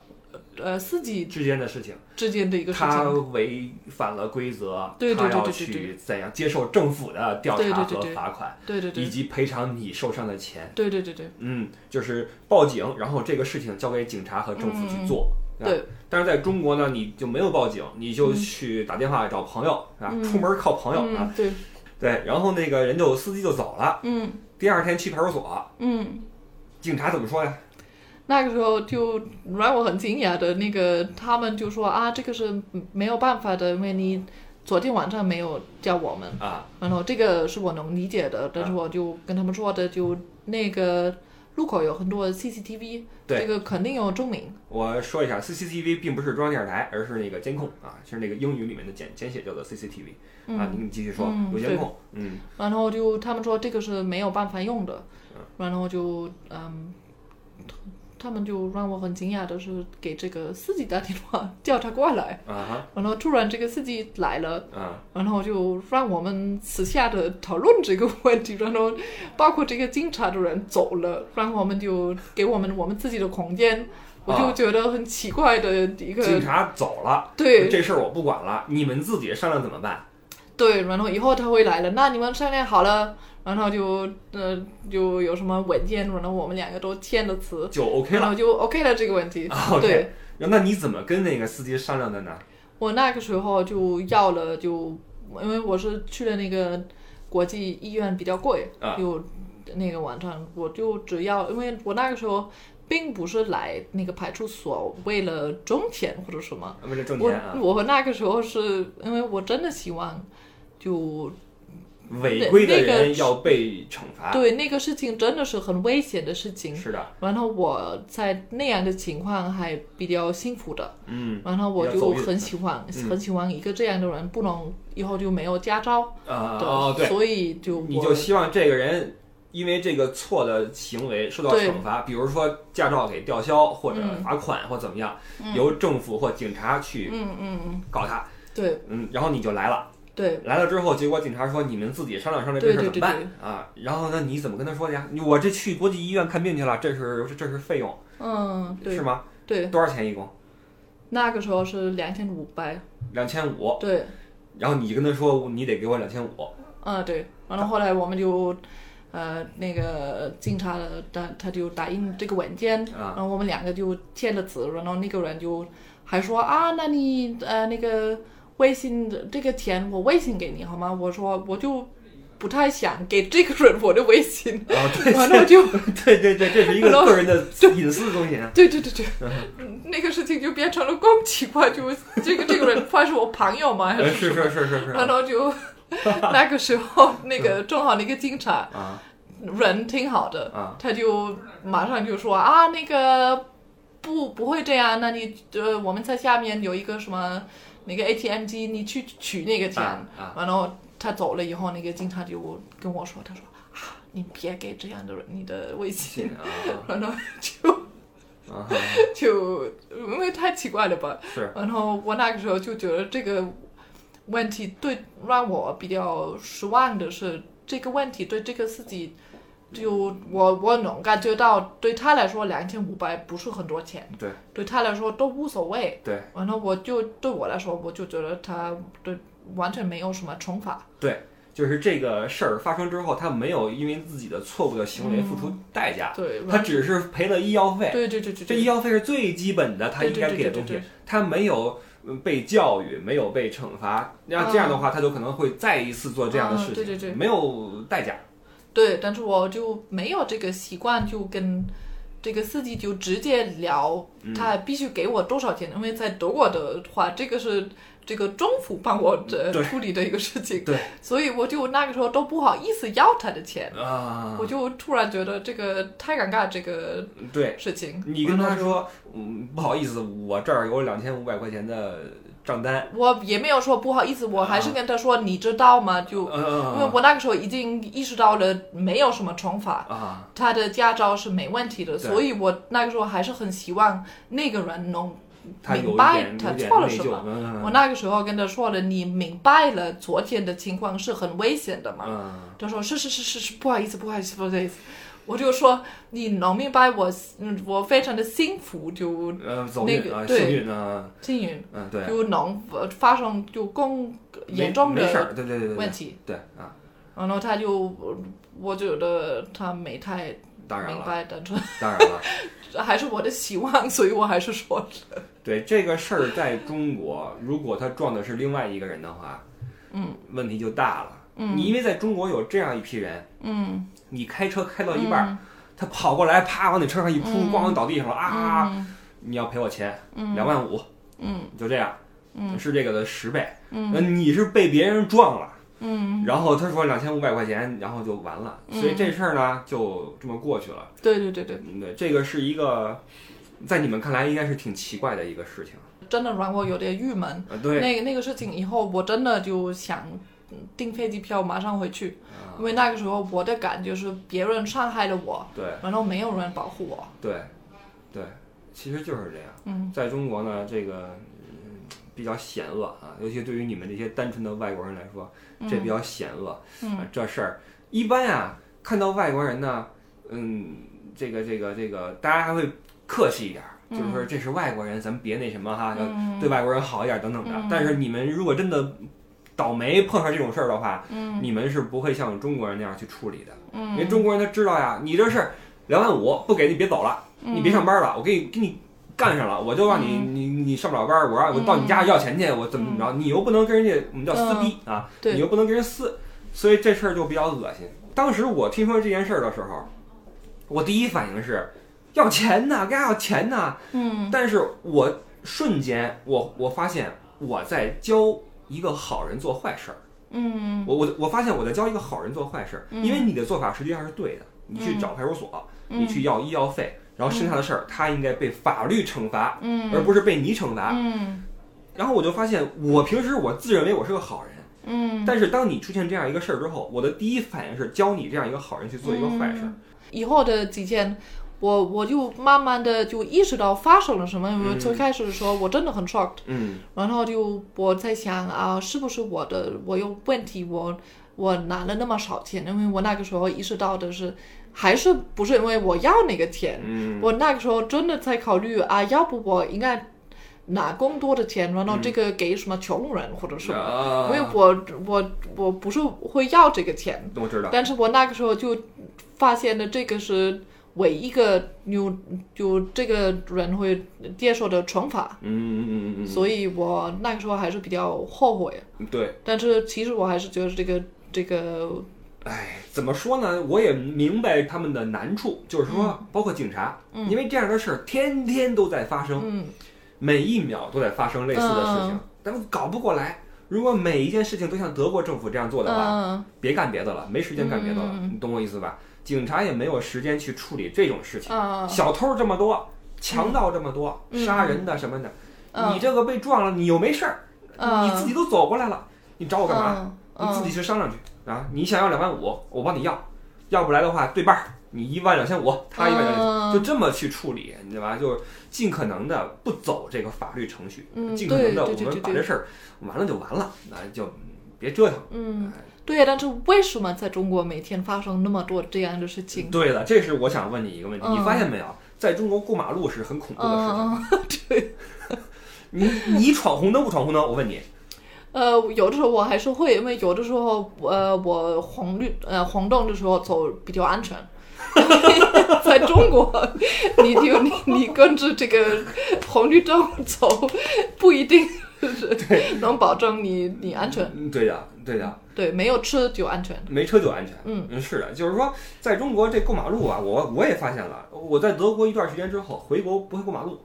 Speaker 2: 呃司机
Speaker 1: 之间的事情，
Speaker 2: 之间的一个事
Speaker 1: 他
Speaker 2: 情。
Speaker 1: 违反了规则，
Speaker 2: 对对对
Speaker 1: 他要
Speaker 2: 对对对
Speaker 1: 去怎样接受政府的调
Speaker 2: 对
Speaker 1: 查
Speaker 2: 对对
Speaker 1: 和
Speaker 2: 对
Speaker 1: 罚款，
Speaker 2: 对对
Speaker 1: 以
Speaker 2: 对，
Speaker 1: 及赔偿你受伤的钱。
Speaker 2: 对对对对
Speaker 1: 嗯，就是报警，然后这个事情交给警察和政府去做。吧
Speaker 2: 嗯对
Speaker 1: 但是在中国呢，你就没有报警，你就去打电话找朋友、啊，出门靠朋友、啊。
Speaker 2: 嗯对，
Speaker 1: 对，然后那个人就司机就走了。
Speaker 2: 嗯
Speaker 1: 第二天去派出所，
Speaker 2: 嗯，
Speaker 1: 警察怎么说呀？
Speaker 2: 那个时候就让我很惊讶的那个，他们就说啊，这个是没有办法的，因为你昨天晚上没有叫我们，
Speaker 1: 啊，
Speaker 2: 然后这个是我能理解的，但是我就跟他们说的，就那个路口有很多 CCTV，
Speaker 1: 对
Speaker 2: 这个肯定有证明，
Speaker 1: 我说一下，CCTV 并不是中央电视台，而是那个监控啊，是那个英语里面的简简写叫做 CCTV、啊。你你继续说，
Speaker 2: 嗯
Speaker 1: 有监控，嗯
Speaker 2: 然后就他们说这个是没有办法用的，然后就嗯，他们就让我很惊讶的是给这个司机打电话叫他过来，
Speaker 1: 啊
Speaker 2: 然后突然这个司机来了，
Speaker 1: 哈啊
Speaker 2: 然后就让我们私下的讨论这个问题，然后包括这个警察的人走了，然后我们就给我们我们自己的空间，我就觉得很奇怪的一个、
Speaker 1: 警察走了，
Speaker 2: 对
Speaker 1: 这事儿我不管了，你们自己商量怎么办。
Speaker 2: 对，然后以后他会来了，那你们商量好了，然后就呃就有什么文件，然后我们两个都签了词，
Speaker 1: 就 OK
Speaker 2: 然
Speaker 1: 了
Speaker 2: 后就 OK 了这个问题。
Speaker 1: 啊，OK
Speaker 2: 嗯对
Speaker 1: 那你怎么跟那个司机商量的呢？
Speaker 2: 我那个时候就要了就，因为我是去了那个国际医院比较贵，
Speaker 1: 啊
Speaker 2: 就那个晚上我就只要，因为我那个时候并不是来那个派出所为了挣钱或者什么。
Speaker 1: 为了挣
Speaker 2: 我
Speaker 1: 钱啊，
Speaker 2: 我那个时候是因为我真的希望就
Speaker 1: 违规的
Speaker 2: 嗯那个
Speaker 1: 人要被惩罚。
Speaker 2: 对那个事情真的是很危险的事情。
Speaker 1: 啊是的，
Speaker 2: 然后我在那样的情况还比较幸福的，
Speaker 1: 嗯
Speaker 2: 然后我
Speaker 1: 比较
Speaker 2: 就
Speaker 1: 走运
Speaker 2: 很喜欢，
Speaker 1: 嗯
Speaker 2: 很喜欢一个这样的人，不能以后就没有驾照
Speaker 1: 啊
Speaker 2: 的，
Speaker 1: 哦对，
Speaker 2: 所以就
Speaker 1: 你
Speaker 2: 我
Speaker 1: 就希望这个人因为这个错的行为受到
Speaker 2: 对
Speaker 1: 惩罚，比如说驾照给吊销或者
Speaker 2: 嗯
Speaker 1: 罚款或怎么样，由政府或警察去
Speaker 2: 嗯嗯嗯，
Speaker 1: 告他，
Speaker 2: 对
Speaker 1: 嗯，然后你就来了，
Speaker 2: 对
Speaker 1: 来了之后，结果警察说你们自己商量商量这事儿怎
Speaker 2: 对对
Speaker 1: 么
Speaker 2: 对
Speaker 1: 办啊？然后呢，你怎么跟他说的呀？你我这去国际医院看病去了，这是这是费用
Speaker 2: 嗯对
Speaker 1: 是吗？
Speaker 2: 对，
Speaker 1: 多少钱一共？
Speaker 2: 那个时候是两千五百，
Speaker 1: 两千五，
Speaker 2: 对，
Speaker 1: 然后你跟他说你得给我两 千五，
Speaker 2: 啊对，然后后来我们就。呃，那个警察的他他就打印这个文件，
Speaker 1: 啊
Speaker 2: 然后我们两个就签了字，然后那个人就还说啊，那你呃那个微信的这个钱我微信给你好吗？我说我就不太想给这个人我的微信，
Speaker 1: 然后 对
Speaker 2: 然后就
Speaker 1: 对对对，这是一个
Speaker 2: 然后
Speaker 1: 个人的隐私东西啊。
Speaker 2: 对对对对，那个事情就变成了更奇怪，就这个这个人算是我朋友嘛，还
Speaker 1: 呃是
Speaker 2: 是
Speaker 1: 是是是是
Speaker 2: 然后就那个时候那个正好那个警察
Speaker 1: 啊
Speaker 2: 人挺好的，
Speaker 1: 啊
Speaker 2: 他就马上就说啊那个不不会这样，那你呃我们在下面有一个什么那个 ATM 机，你去取那个钱，
Speaker 1: 啊啊
Speaker 2: 然后他走了以后，那个警察就跟我说，他说啊你别给这样的人你的微 信，
Speaker 1: 啊
Speaker 2: 然后就。
Speaker 1: 啊啊！
Speaker 2: 就因为太奇怪了吧。
Speaker 1: 是
Speaker 2: 然后我那个时候就觉得这个问题对让我比较失望的是，这个问题对这个自己，就我我能感觉到，对他来说两千五百不是很多钱，
Speaker 1: 对
Speaker 2: 对他来说都无所谓。
Speaker 1: 对
Speaker 2: 然后我就对我来说，我就觉得他对完全没有什么惩罚。
Speaker 1: 对，就是这个事儿发生之后，他没有因为自己的错误的行为付出代价，
Speaker 2: 对，
Speaker 1: 他只是赔了医药费。
Speaker 2: 对对对对
Speaker 1: 这医
Speaker 2: 对，
Speaker 1: 药费是最基本的，他
Speaker 2: 对
Speaker 1: 应
Speaker 2: 对
Speaker 1: 该
Speaker 2: 对
Speaker 1: 给的
Speaker 2: 对
Speaker 1: 东
Speaker 2: 对
Speaker 1: 西
Speaker 2: 对。
Speaker 1: 他没有嗯被教育，没有被惩罚，那这样的话，他就可能会再一次做这样的
Speaker 2: 嗯
Speaker 1: 事情，
Speaker 2: 对对对
Speaker 1: 没有代价。
Speaker 2: 对，但是我就没有这个习惯，就跟这个司机就直接聊，
Speaker 1: 嗯
Speaker 2: 他必须给我多少钱，因为在德国的话，这个是这个政府帮我这
Speaker 1: 嗯对
Speaker 2: 处理的一个事情，
Speaker 1: 对
Speaker 2: 所以我就那个时候都不好意思要他的钱，
Speaker 1: 啊，
Speaker 2: 我就突然觉得这个太尴尬，这个
Speaker 1: 对
Speaker 2: 事情。
Speaker 1: 你跟
Speaker 2: 然
Speaker 1: 他
Speaker 2: 后就，
Speaker 1: 说，嗯，不好意思，我这儿有两千五百块钱的账单。
Speaker 2: 我也没有说不好意思，我还是跟他说，你知道吗？就
Speaker 1: 啊嗯
Speaker 2: 因为
Speaker 1: 嗯
Speaker 2: 我那个时候已经意识到了没有什么惩罚，
Speaker 1: 嗯啊，
Speaker 2: 他的驾照是没问题的，
Speaker 1: 对
Speaker 2: 所以我那个时候还是很希望那个人能
Speaker 1: 他有
Speaker 2: 明
Speaker 1: 一
Speaker 2: 白
Speaker 1: 点
Speaker 2: 他
Speaker 1: 有点
Speaker 2: 错了
Speaker 1: 内
Speaker 2: 什
Speaker 1: 疚
Speaker 2: 么。
Speaker 1: 嗯嗯
Speaker 2: 我那个时候跟他说了，你明白了昨天的情况是很危险的嘛？
Speaker 1: 嗯
Speaker 2: 他说是是是是是，不好意思不好意思不好意思。我就说你能明白我，嗯我非常的幸福，就
Speaker 1: 呃，走
Speaker 2: 那
Speaker 1: 运
Speaker 2: 个
Speaker 1: 啊，
Speaker 2: 对
Speaker 1: 幸运啊，
Speaker 2: 幸运，
Speaker 1: 嗯，对，
Speaker 2: 就能呃发生就更
Speaker 1: 没
Speaker 2: 严重
Speaker 1: 没事儿，
Speaker 2: 的
Speaker 1: 对对对对
Speaker 2: 问
Speaker 1: 对，
Speaker 2: 题。
Speaker 1: 对啊，
Speaker 2: 然后他就，我觉得他没太
Speaker 1: 当然
Speaker 2: 明
Speaker 1: 了，
Speaker 2: 白，但是
Speaker 1: 当然了，
Speaker 2: 还是我的希望，所以我还是说，
Speaker 1: 对这个事儿，在中国，如果他撞的是另外一个人的话，嗯，问题就大了。嗯，你因为在中国有这样一批人，
Speaker 2: 嗯，
Speaker 1: 你开车开到一半儿，他跑过来，啪往你车上一扑，咣、倒地上了啊！你要赔我钱，两、万五，嗯，就这样，嗯，是这个的十倍，嗯，你是被别人撞了。嗯，然后他说两千五百块钱，然后就完了，所以这事儿呢就这么过去了。
Speaker 2: 对对对对，
Speaker 1: 嗯对，这个是一个，在你们看来应该是挺奇怪的一个事情。
Speaker 2: 真的让我有点郁闷。
Speaker 1: 啊，对，
Speaker 2: 那那个事情以后，我真的就想嗯订飞机票马上回去，
Speaker 1: 啊
Speaker 2: 因为那个时候我的感觉是别人伤害了我，
Speaker 1: 对
Speaker 2: 然后没有人保护我。
Speaker 1: 对对，其实就是这样。嗯，在中国呢，这个、嗯、比较险恶啊，尤其对于你们这些单纯的外国人来说，这比较险恶。嗯，这事儿一般啊，看到外国人呢，嗯，这个这个这个，大家还会客气一点儿。就是说这是外国人，咱们别那什么哈，要对外国人好一点等等的。但是你们如果真的倒霉碰上这种事儿的话，
Speaker 2: 嗯
Speaker 1: 你们是不会像中国人那样去处理的。因为中国人他知道呀，你这事儿两万五不给你别走了，你
Speaker 2: 嗯
Speaker 1: 别上班了，我给你给你干上了，我就让你、你你上不了班，我让我到你
Speaker 2: 嗯
Speaker 1: 家要钱去，我怎么怎么着，你又不能跟人家我们叫撕逼、啊，
Speaker 2: 嗯对
Speaker 1: 你又不能跟人撕，所以这事儿就比较恶心。当时我听说这件事儿的时候，我第一反应是，要钱呐，该要钱呐。
Speaker 2: 嗯
Speaker 1: 但是我瞬间，我我发现我在教一个好人做坏事儿。
Speaker 2: 嗯
Speaker 1: 我我我发现我在教一个好人做坏事儿，
Speaker 2: 嗯
Speaker 1: 因为你的做法实际上是对的。你去找派出所，你去要医药费，然后剩下的事儿他应该被法律惩罚，
Speaker 2: 嗯
Speaker 1: 而不是被你惩罚。
Speaker 2: 嗯
Speaker 1: 然后我就发现，我平时我自认为我是个好人，
Speaker 2: 嗯，
Speaker 1: 但是当你出现这样一个事儿之后，我的第一反应是教你这样一个好人去做一个坏事儿。
Speaker 2: 以后的几天，我我就慢慢的就意识到发生了什么。因为最开始的时候，我真的很 shocked，
Speaker 1: 嗯
Speaker 2: 然后就我在想啊，是不是我的我有问题？我我拿了那么少钱，因为我那个时候意识到的是，还是不是因为我要那个钱？
Speaker 1: 嗯
Speaker 2: 我那个时候真的在考虑啊，要不我应该拿更多的钱，然后这个给什么穷人或者什么？因为
Speaker 1: 啊，
Speaker 2: 我我我不是会要这个钱，
Speaker 1: 我知道。
Speaker 2: 但是我那个时候就发现了这个是唯一一个有有这个人会接受的惩罚，
Speaker 1: 嗯嗯嗯嗯
Speaker 2: 所以我那个时候还是比较后悔。
Speaker 1: 嗯，对。
Speaker 2: 但是其实我还是觉得这个这个，
Speaker 1: 哎，怎么说呢？我也明白他们的难处，就是
Speaker 2: 嗯
Speaker 1: 说，包括警察，因为这样的事儿天天都在发生，
Speaker 2: 嗯
Speaker 1: 每一秒都在发生类似的事情
Speaker 2: 嗯，
Speaker 1: 咱们搞不过来。如果每一件事情都像德国政府这样做的话，
Speaker 2: 嗯
Speaker 1: 别干别的了，没时间干别的了，
Speaker 2: 嗯
Speaker 1: 你懂我意思吧？警察也没有时间去处理这种事情。
Speaker 2: 嗯
Speaker 1: 小偷这么多，强盗这么多，
Speaker 2: 嗯
Speaker 1: 杀人的什么的，
Speaker 2: 嗯
Speaker 1: 你这个被撞了，你又没事儿，
Speaker 2: 嗯
Speaker 1: 你自己都走过来了，你找我干嘛？
Speaker 2: 嗯
Speaker 1: 你自己去商量去啊！你想要两万五，我帮你要；要不来的话，对半儿，你一万两千五，他一万两千
Speaker 2: 嗯
Speaker 1: 五，就这么去处理，你知道吧？就是尽可能的不走这个法律程序，
Speaker 2: 嗯
Speaker 1: 尽可能的
Speaker 2: 对
Speaker 1: 我
Speaker 2: 对
Speaker 1: 们
Speaker 2: 对
Speaker 1: 把
Speaker 2: 对
Speaker 1: 这事儿完了就完了，那就别折腾。
Speaker 2: 嗯，对。但是为什么在中国每天发生那么多这样的事情？
Speaker 1: 对了，这是我想问你一个问题，你
Speaker 2: 嗯
Speaker 1: 发现没有，在中国过马路是很恐怖的事情。
Speaker 2: 嗯，对，
Speaker 1: 你你闯红灯不闯红灯？我问你，
Speaker 2: 呃，有的时候我还是会，因为有的时候，呃，我红绿呃红灯的时候走比较安全。 在中国，你就你你跟着这个红绿灯走，不一定是能保证你你安全。
Speaker 1: 嗯，对的，对的，
Speaker 2: 对，没有车就安全。
Speaker 1: 没车就安全。
Speaker 2: 嗯
Speaker 1: 是的，就是说，在中国这过马路啊，我我也发现了，我在德国一段时间之后回国不会过马路，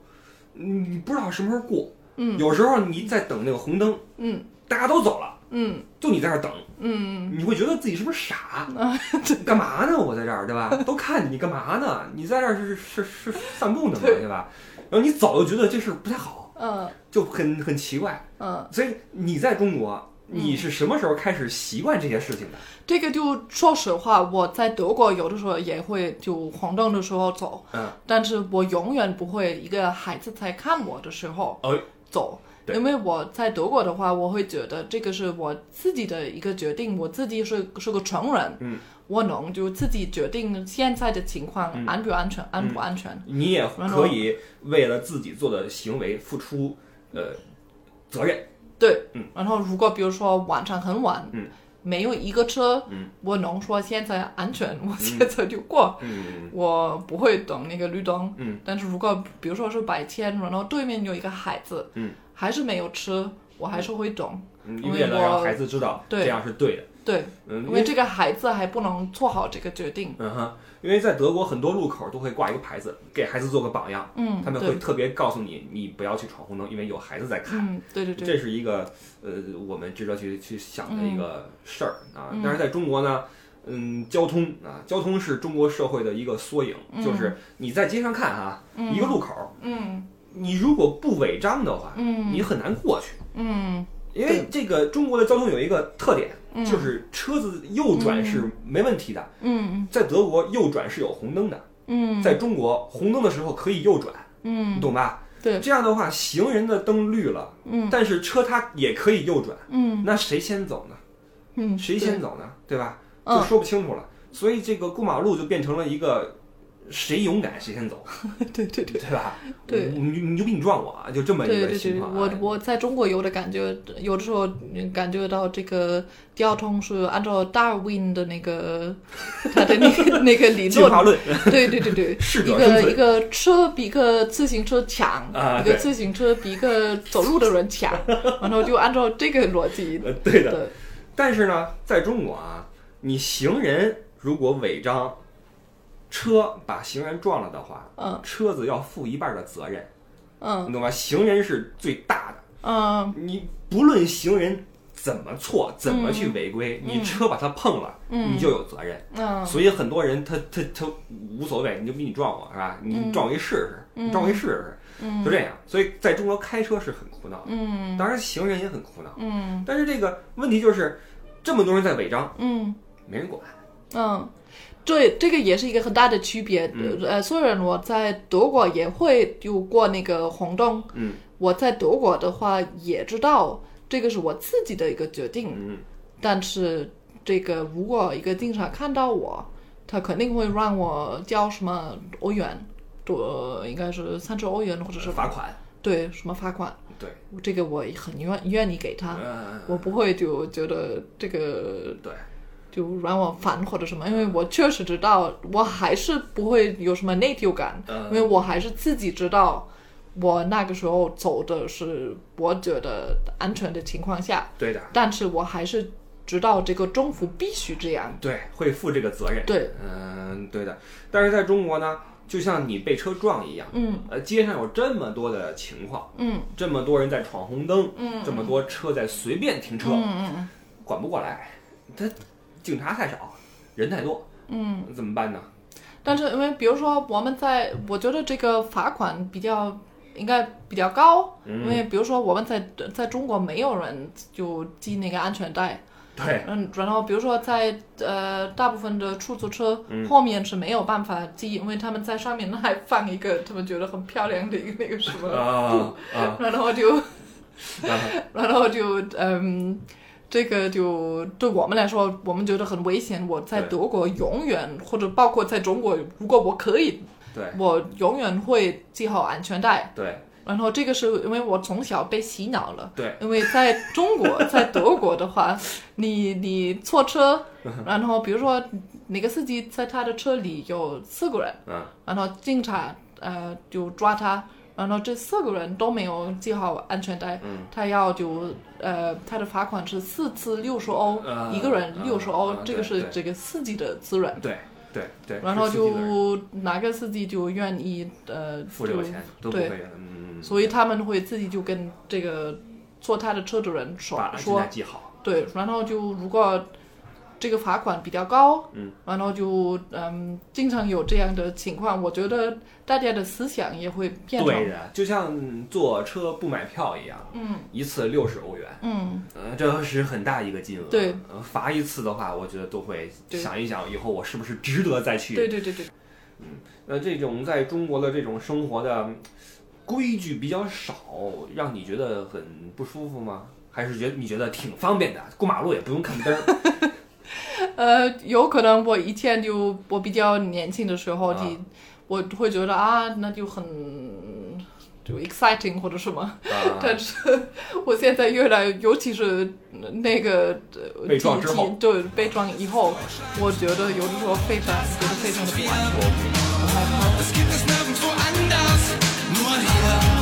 Speaker 1: 你不知道什么时候过。
Speaker 2: 嗯
Speaker 1: 有时候你在等那个红灯，
Speaker 2: 嗯
Speaker 1: 大家都走了，
Speaker 2: 嗯
Speaker 1: 就你在这儿等，
Speaker 2: 嗯
Speaker 1: 你会觉得自己是不是傻？
Speaker 2: 啊， 对
Speaker 1: 干嘛呢？我在这儿， 对吧？都看你干嘛呢？你在这儿是是是是散步呢嘛，
Speaker 2: 对
Speaker 1: 对吧？然后你早就觉得这事儿不太好，
Speaker 2: 嗯
Speaker 1: 就很很奇怪。
Speaker 2: 嗯，
Speaker 1: 所以你在中国，你是什么时候开始习惯这些事情的？
Speaker 2: 这个就说实话，我在德国有的时候也会就红灯的时候走，
Speaker 1: 嗯，
Speaker 2: 但是我永远不会一个孩子在看我的时候
Speaker 1: 哦，
Speaker 2: 走，
Speaker 1: 对
Speaker 2: 因为我在德国的话，我会觉得这个是我自己的一个决定，我自己是是个成人，
Speaker 1: 嗯，
Speaker 2: 我能就自己决定现在的情况
Speaker 1: 嗯
Speaker 2: 安不安全，安不安全，
Speaker 1: 你也可以为了自己做的行为付出呃责任。
Speaker 2: 对，
Speaker 1: 嗯，
Speaker 2: 然后如果比如说晚上很晚，
Speaker 1: 嗯。
Speaker 2: 没有一个车，
Speaker 1: 嗯
Speaker 2: 我能说现在安全，我现在就过，
Speaker 1: 嗯
Speaker 2: 我不会等那个绿灯，
Speaker 1: 嗯
Speaker 2: 但是如果比如说是白天，然后对面有一个孩子，
Speaker 1: 嗯，
Speaker 2: 还是没有吃，我还是会懂。因为
Speaker 1: 为了让
Speaker 2: 嗯我
Speaker 1: 孩子知道
Speaker 2: 对
Speaker 1: 这样是对的。
Speaker 2: 对，
Speaker 1: 嗯，
Speaker 2: 因
Speaker 1: 因
Speaker 2: 为
Speaker 1: 为
Speaker 2: 这个孩子还不能做好这个决定。
Speaker 1: 嗯哼，因为在德国很多路口都会挂一个牌子，给孩子做个榜样。
Speaker 2: 嗯，
Speaker 1: 他们
Speaker 2: 对
Speaker 1: 会，特别告诉你，你不要去闯红灯，因为有孩子在看。
Speaker 2: 嗯，对对对，
Speaker 1: 这是一个呃，我们值得去去想的一
Speaker 2: 嗯
Speaker 1: 个事儿啊。但是在中国呢，嗯，交通啊，交通是中国社会的一个缩影，就是你在街上看啊，一个路口，
Speaker 2: 嗯
Speaker 1: 你如果不违章的话，
Speaker 2: 嗯
Speaker 1: 你很难过去，
Speaker 2: 嗯
Speaker 1: 因为这个中国的交通有一个特点，
Speaker 2: 嗯
Speaker 1: 就是车子右转是没问题的，
Speaker 2: 嗯
Speaker 1: 在德国右转是有红灯的，
Speaker 2: 嗯
Speaker 1: 在中国红灯的时候可以右转，你
Speaker 2: 嗯，
Speaker 1: 懂吧？
Speaker 2: 对，
Speaker 1: 这样的话，行人的灯绿了，
Speaker 2: 嗯
Speaker 1: 但是车它也可以右转，
Speaker 2: 嗯
Speaker 1: 那谁先走呢？
Speaker 2: 嗯，
Speaker 1: 谁先走呢？对吧？
Speaker 2: 嗯
Speaker 1: 就说不清楚了。所以这个过马路就变成了一个谁勇敢谁先走，
Speaker 2: 对？ 对对对
Speaker 1: 对吧？
Speaker 2: 对
Speaker 1: 我你你就比你撞我啊，就这么一
Speaker 2: 对
Speaker 1: 个
Speaker 2: 对
Speaker 1: 情
Speaker 2: 对，
Speaker 1: 况啊。
Speaker 2: 我我在中国有的感觉，有的时候嗯感觉到这个交通是按照大 win 的那个他的那个那个理
Speaker 1: 进
Speaker 2: 论
Speaker 1: 化论，
Speaker 2: 对对对对，
Speaker 1: 适
Speaker 2: 一
Speaker 1: 者生
Speaker 2: 个
Speaker 1: 存
Speaker 2: 一个车比一个自行车强，
Speaker 1: 啊
Speaker 2: 一个
Speaker 1: 对
Speaker 2: 自行车比一个走路的 人强，然后就按照这个逻辑
Speaker 1: 呃，对的。
Speaker 2: 的，
Speaker 1: 但是呢，在中国啊，你行人如果违章，车把行人撞了的话，
Speaker 2: 嗯
Speaker 1: 车子要负一半的责任，
Speaker 2: 嗯
Speaker 1: 你懂吧？行人是最大的，
Speaker 2: 嗯
Speaker 1: 你不论行人怎么错，怎么去违规，
Speaker 2: 嗯
Speaker 1: 你车把他碰了，
Speaker 2: 嗯
Speaker 1: 你就有责任。
Speaker 2: 嗯
Speaker 1: 所以很多人他他他无所谓，你就比你撞我是吧？你
Speaker 2: 嗯
Speaker 1: 撞我一试试，
Speaker 2: 嗯
Speaker 1: 你撞我一试试，
Speaker 2: 嗯
Speaker 1: 就这样。所以在中国开车是很苦恼的，
Speaker 2: 嗯
Speaker 1: 当然行人也很苦恼。
Speaker 2: 嗯
Speaker 1: 但是这个问题就是，这么多人在违章，
Speaker 2: 嗯
Speaker 1: 没人管。
Speaker 2: 嗯，对，这个也是一个很大的区别。
Speaker 1: 嗯
Speaker 2: 呃，虽然我在德国也会有过那个红灯，
Speaker 1: 嗯
Speaker 2: 我在德国的话也知道这个是我自己的一个决定，
Speaker 1: 嗯
Speaker 2: 但是这个如果一个警察看到我，他肯定会让我交什么欧元，呃，应该是三十欧元或者是
Speaker 1: 罚款，
Speaker 2: 对什么罚款，
Speaker 1: 对，
Speaker 2: 这个我很愿愿意给他，
Speaker 1: 嗯，
Speaker 2: 我不会就觉得这个
Speaker 1: 对，
Speaker 2: 就让我烦或者什么，因为我确实知道，我还是不会有什么内疚感，
Speaker 1: 嗯
Speaker 2: 因为我还是自己知道，我那个时候走的是我觉得安全的情况下，
Speaker 1: 对的，
Speaker 2: 但是我还是知道这个政府必须这样。
Speaker 1: 对，会负这个责任。
Speaker 2: 对，
Speaker 1: 嗯，对的。但是在中国呢，就像你被车撞一样，
Speaker 2: 嗯
Speaker 1: 呃，街上有这么多的情况，
Speaker 2: 嗯
Speaker 1: 这么多人在闯红灯，
Speaker 2: 嗯
Speaker 1: 这么多车在随便停车，
Speaker 2: 嗯
Speaker 1: 管不过来，他警察太少，人太多，
Speaker 2: 嗯，
Speaker 1: 怎么办呢？
Speaker 2: 但是因为比如说我们在，我觉得这个罚款比较应该比较高，因为比如说我们在在中国没有人就系那个安全带，
Speaker 1: 对，
Speaker 2: 嗯，然后比如说在呃大部分的出租车后面是没有办法系，因为他们在上面还放一个他们觉得很漂亮的一个那个什么，
Speaker 1: 啊啊，
Speaker 2: 然后就
Speaker 1: 啊
Speaker 2: 然后就嗯，这个就对我们来说，我们觉得很危险。我在
Speaker 1: 对
Speaker 2: 德国永远，或者包括在中国，如果我可以，
Speaker 1: 对
Speaker 2: 我永远会系好安全带。
Speaker 1: 对
Speaker 2: 然后这个是因为我从小被洗脑了，
Speaker 1: 对，
Speaker 2: 因为在 中国，在德国的话，你你坐车，
Speaker 1: 嗯
Speaker 2: 然后比如说哪个司机在他的车里有四个人，
Speaker 1: 嗯
Speaker 2: 然后警察呃就抓他，然后这四个人都没有系好安全带，
Speaker 1: 嗯
Speaker 2: 他要就呃他的罚款是四次六十欧，
Speaker 1: 啊
Speaker 2: 一个人
Speaker 1: 啊
Speaker 2: 六十欧，
Speaker 1: 啊
Speaker 2: 这个
Speaker 1: 对
Speaker 2: 是
Speaker 1: 对
Speaker 2: 这个司机的责任。
Speaker 1: 对对对，
Speaker 2: 然后
Speaker 1: 是自己的人
Speaker 2: 就哪个司机就愿意呃
Speaker 1: 付这个
Speaker 2: 就
Speaker 1: 钱都不
Speaker 2: 对
Speaker 1: 会的，嗯，
Speaker 2: 所以他们会自己就跟这个坐他的车的人说
Speaker 1: 把安全
Speaker 2: 说
Speaker 1: 带，系好，
Speaker 2: 对，然后就如果这个罚款比较高，
Speaker 1: 嗯，
Speaker 2: 然后就嗯，经常有这样的情况。我觉得大家的思想也会变
Speaker 1: 对
Speaker 2: 成，
Speaker 1: 的，就像坐车不买票一样，
Speaker 2: 嗯
Speaker 1: 一次六十欧元。
Speaker 2: 嗯，
Speaker 1: 呃，这是很大一个金额。
Speaker 2: 对
Speaker 1: 呃，罚一次的话，我觉得都会
Speaker 2: 对
Speaker 1: 想一想，以后我是不是值得再去？嗯
Speaker 2: 对对对对，
Speaker 1: 那这种在中国的这种生活的嗯规矩比较少，让你觉得很不舒服吗？还是觉得你觉得挺方便的，过马路也不用看灯儿。
Speaker 2: 呃，有可能我以前就我比较年轻的时候，
Speaker 1: 啊
Speaker 2: 你我会觉得啊，那就很就 exciting 或者什么。
Speaker 1: 啊
Speaker 2: 但是我现在越来，尤其是那个呃
Speaker 1: 被撞之后
Speaker 2: 几几对被撞以后，我觉得有的时候非常觉得非常的不安全，很害怕。
Speaker 3: Es gibt es nirgendwo anders, nur hier.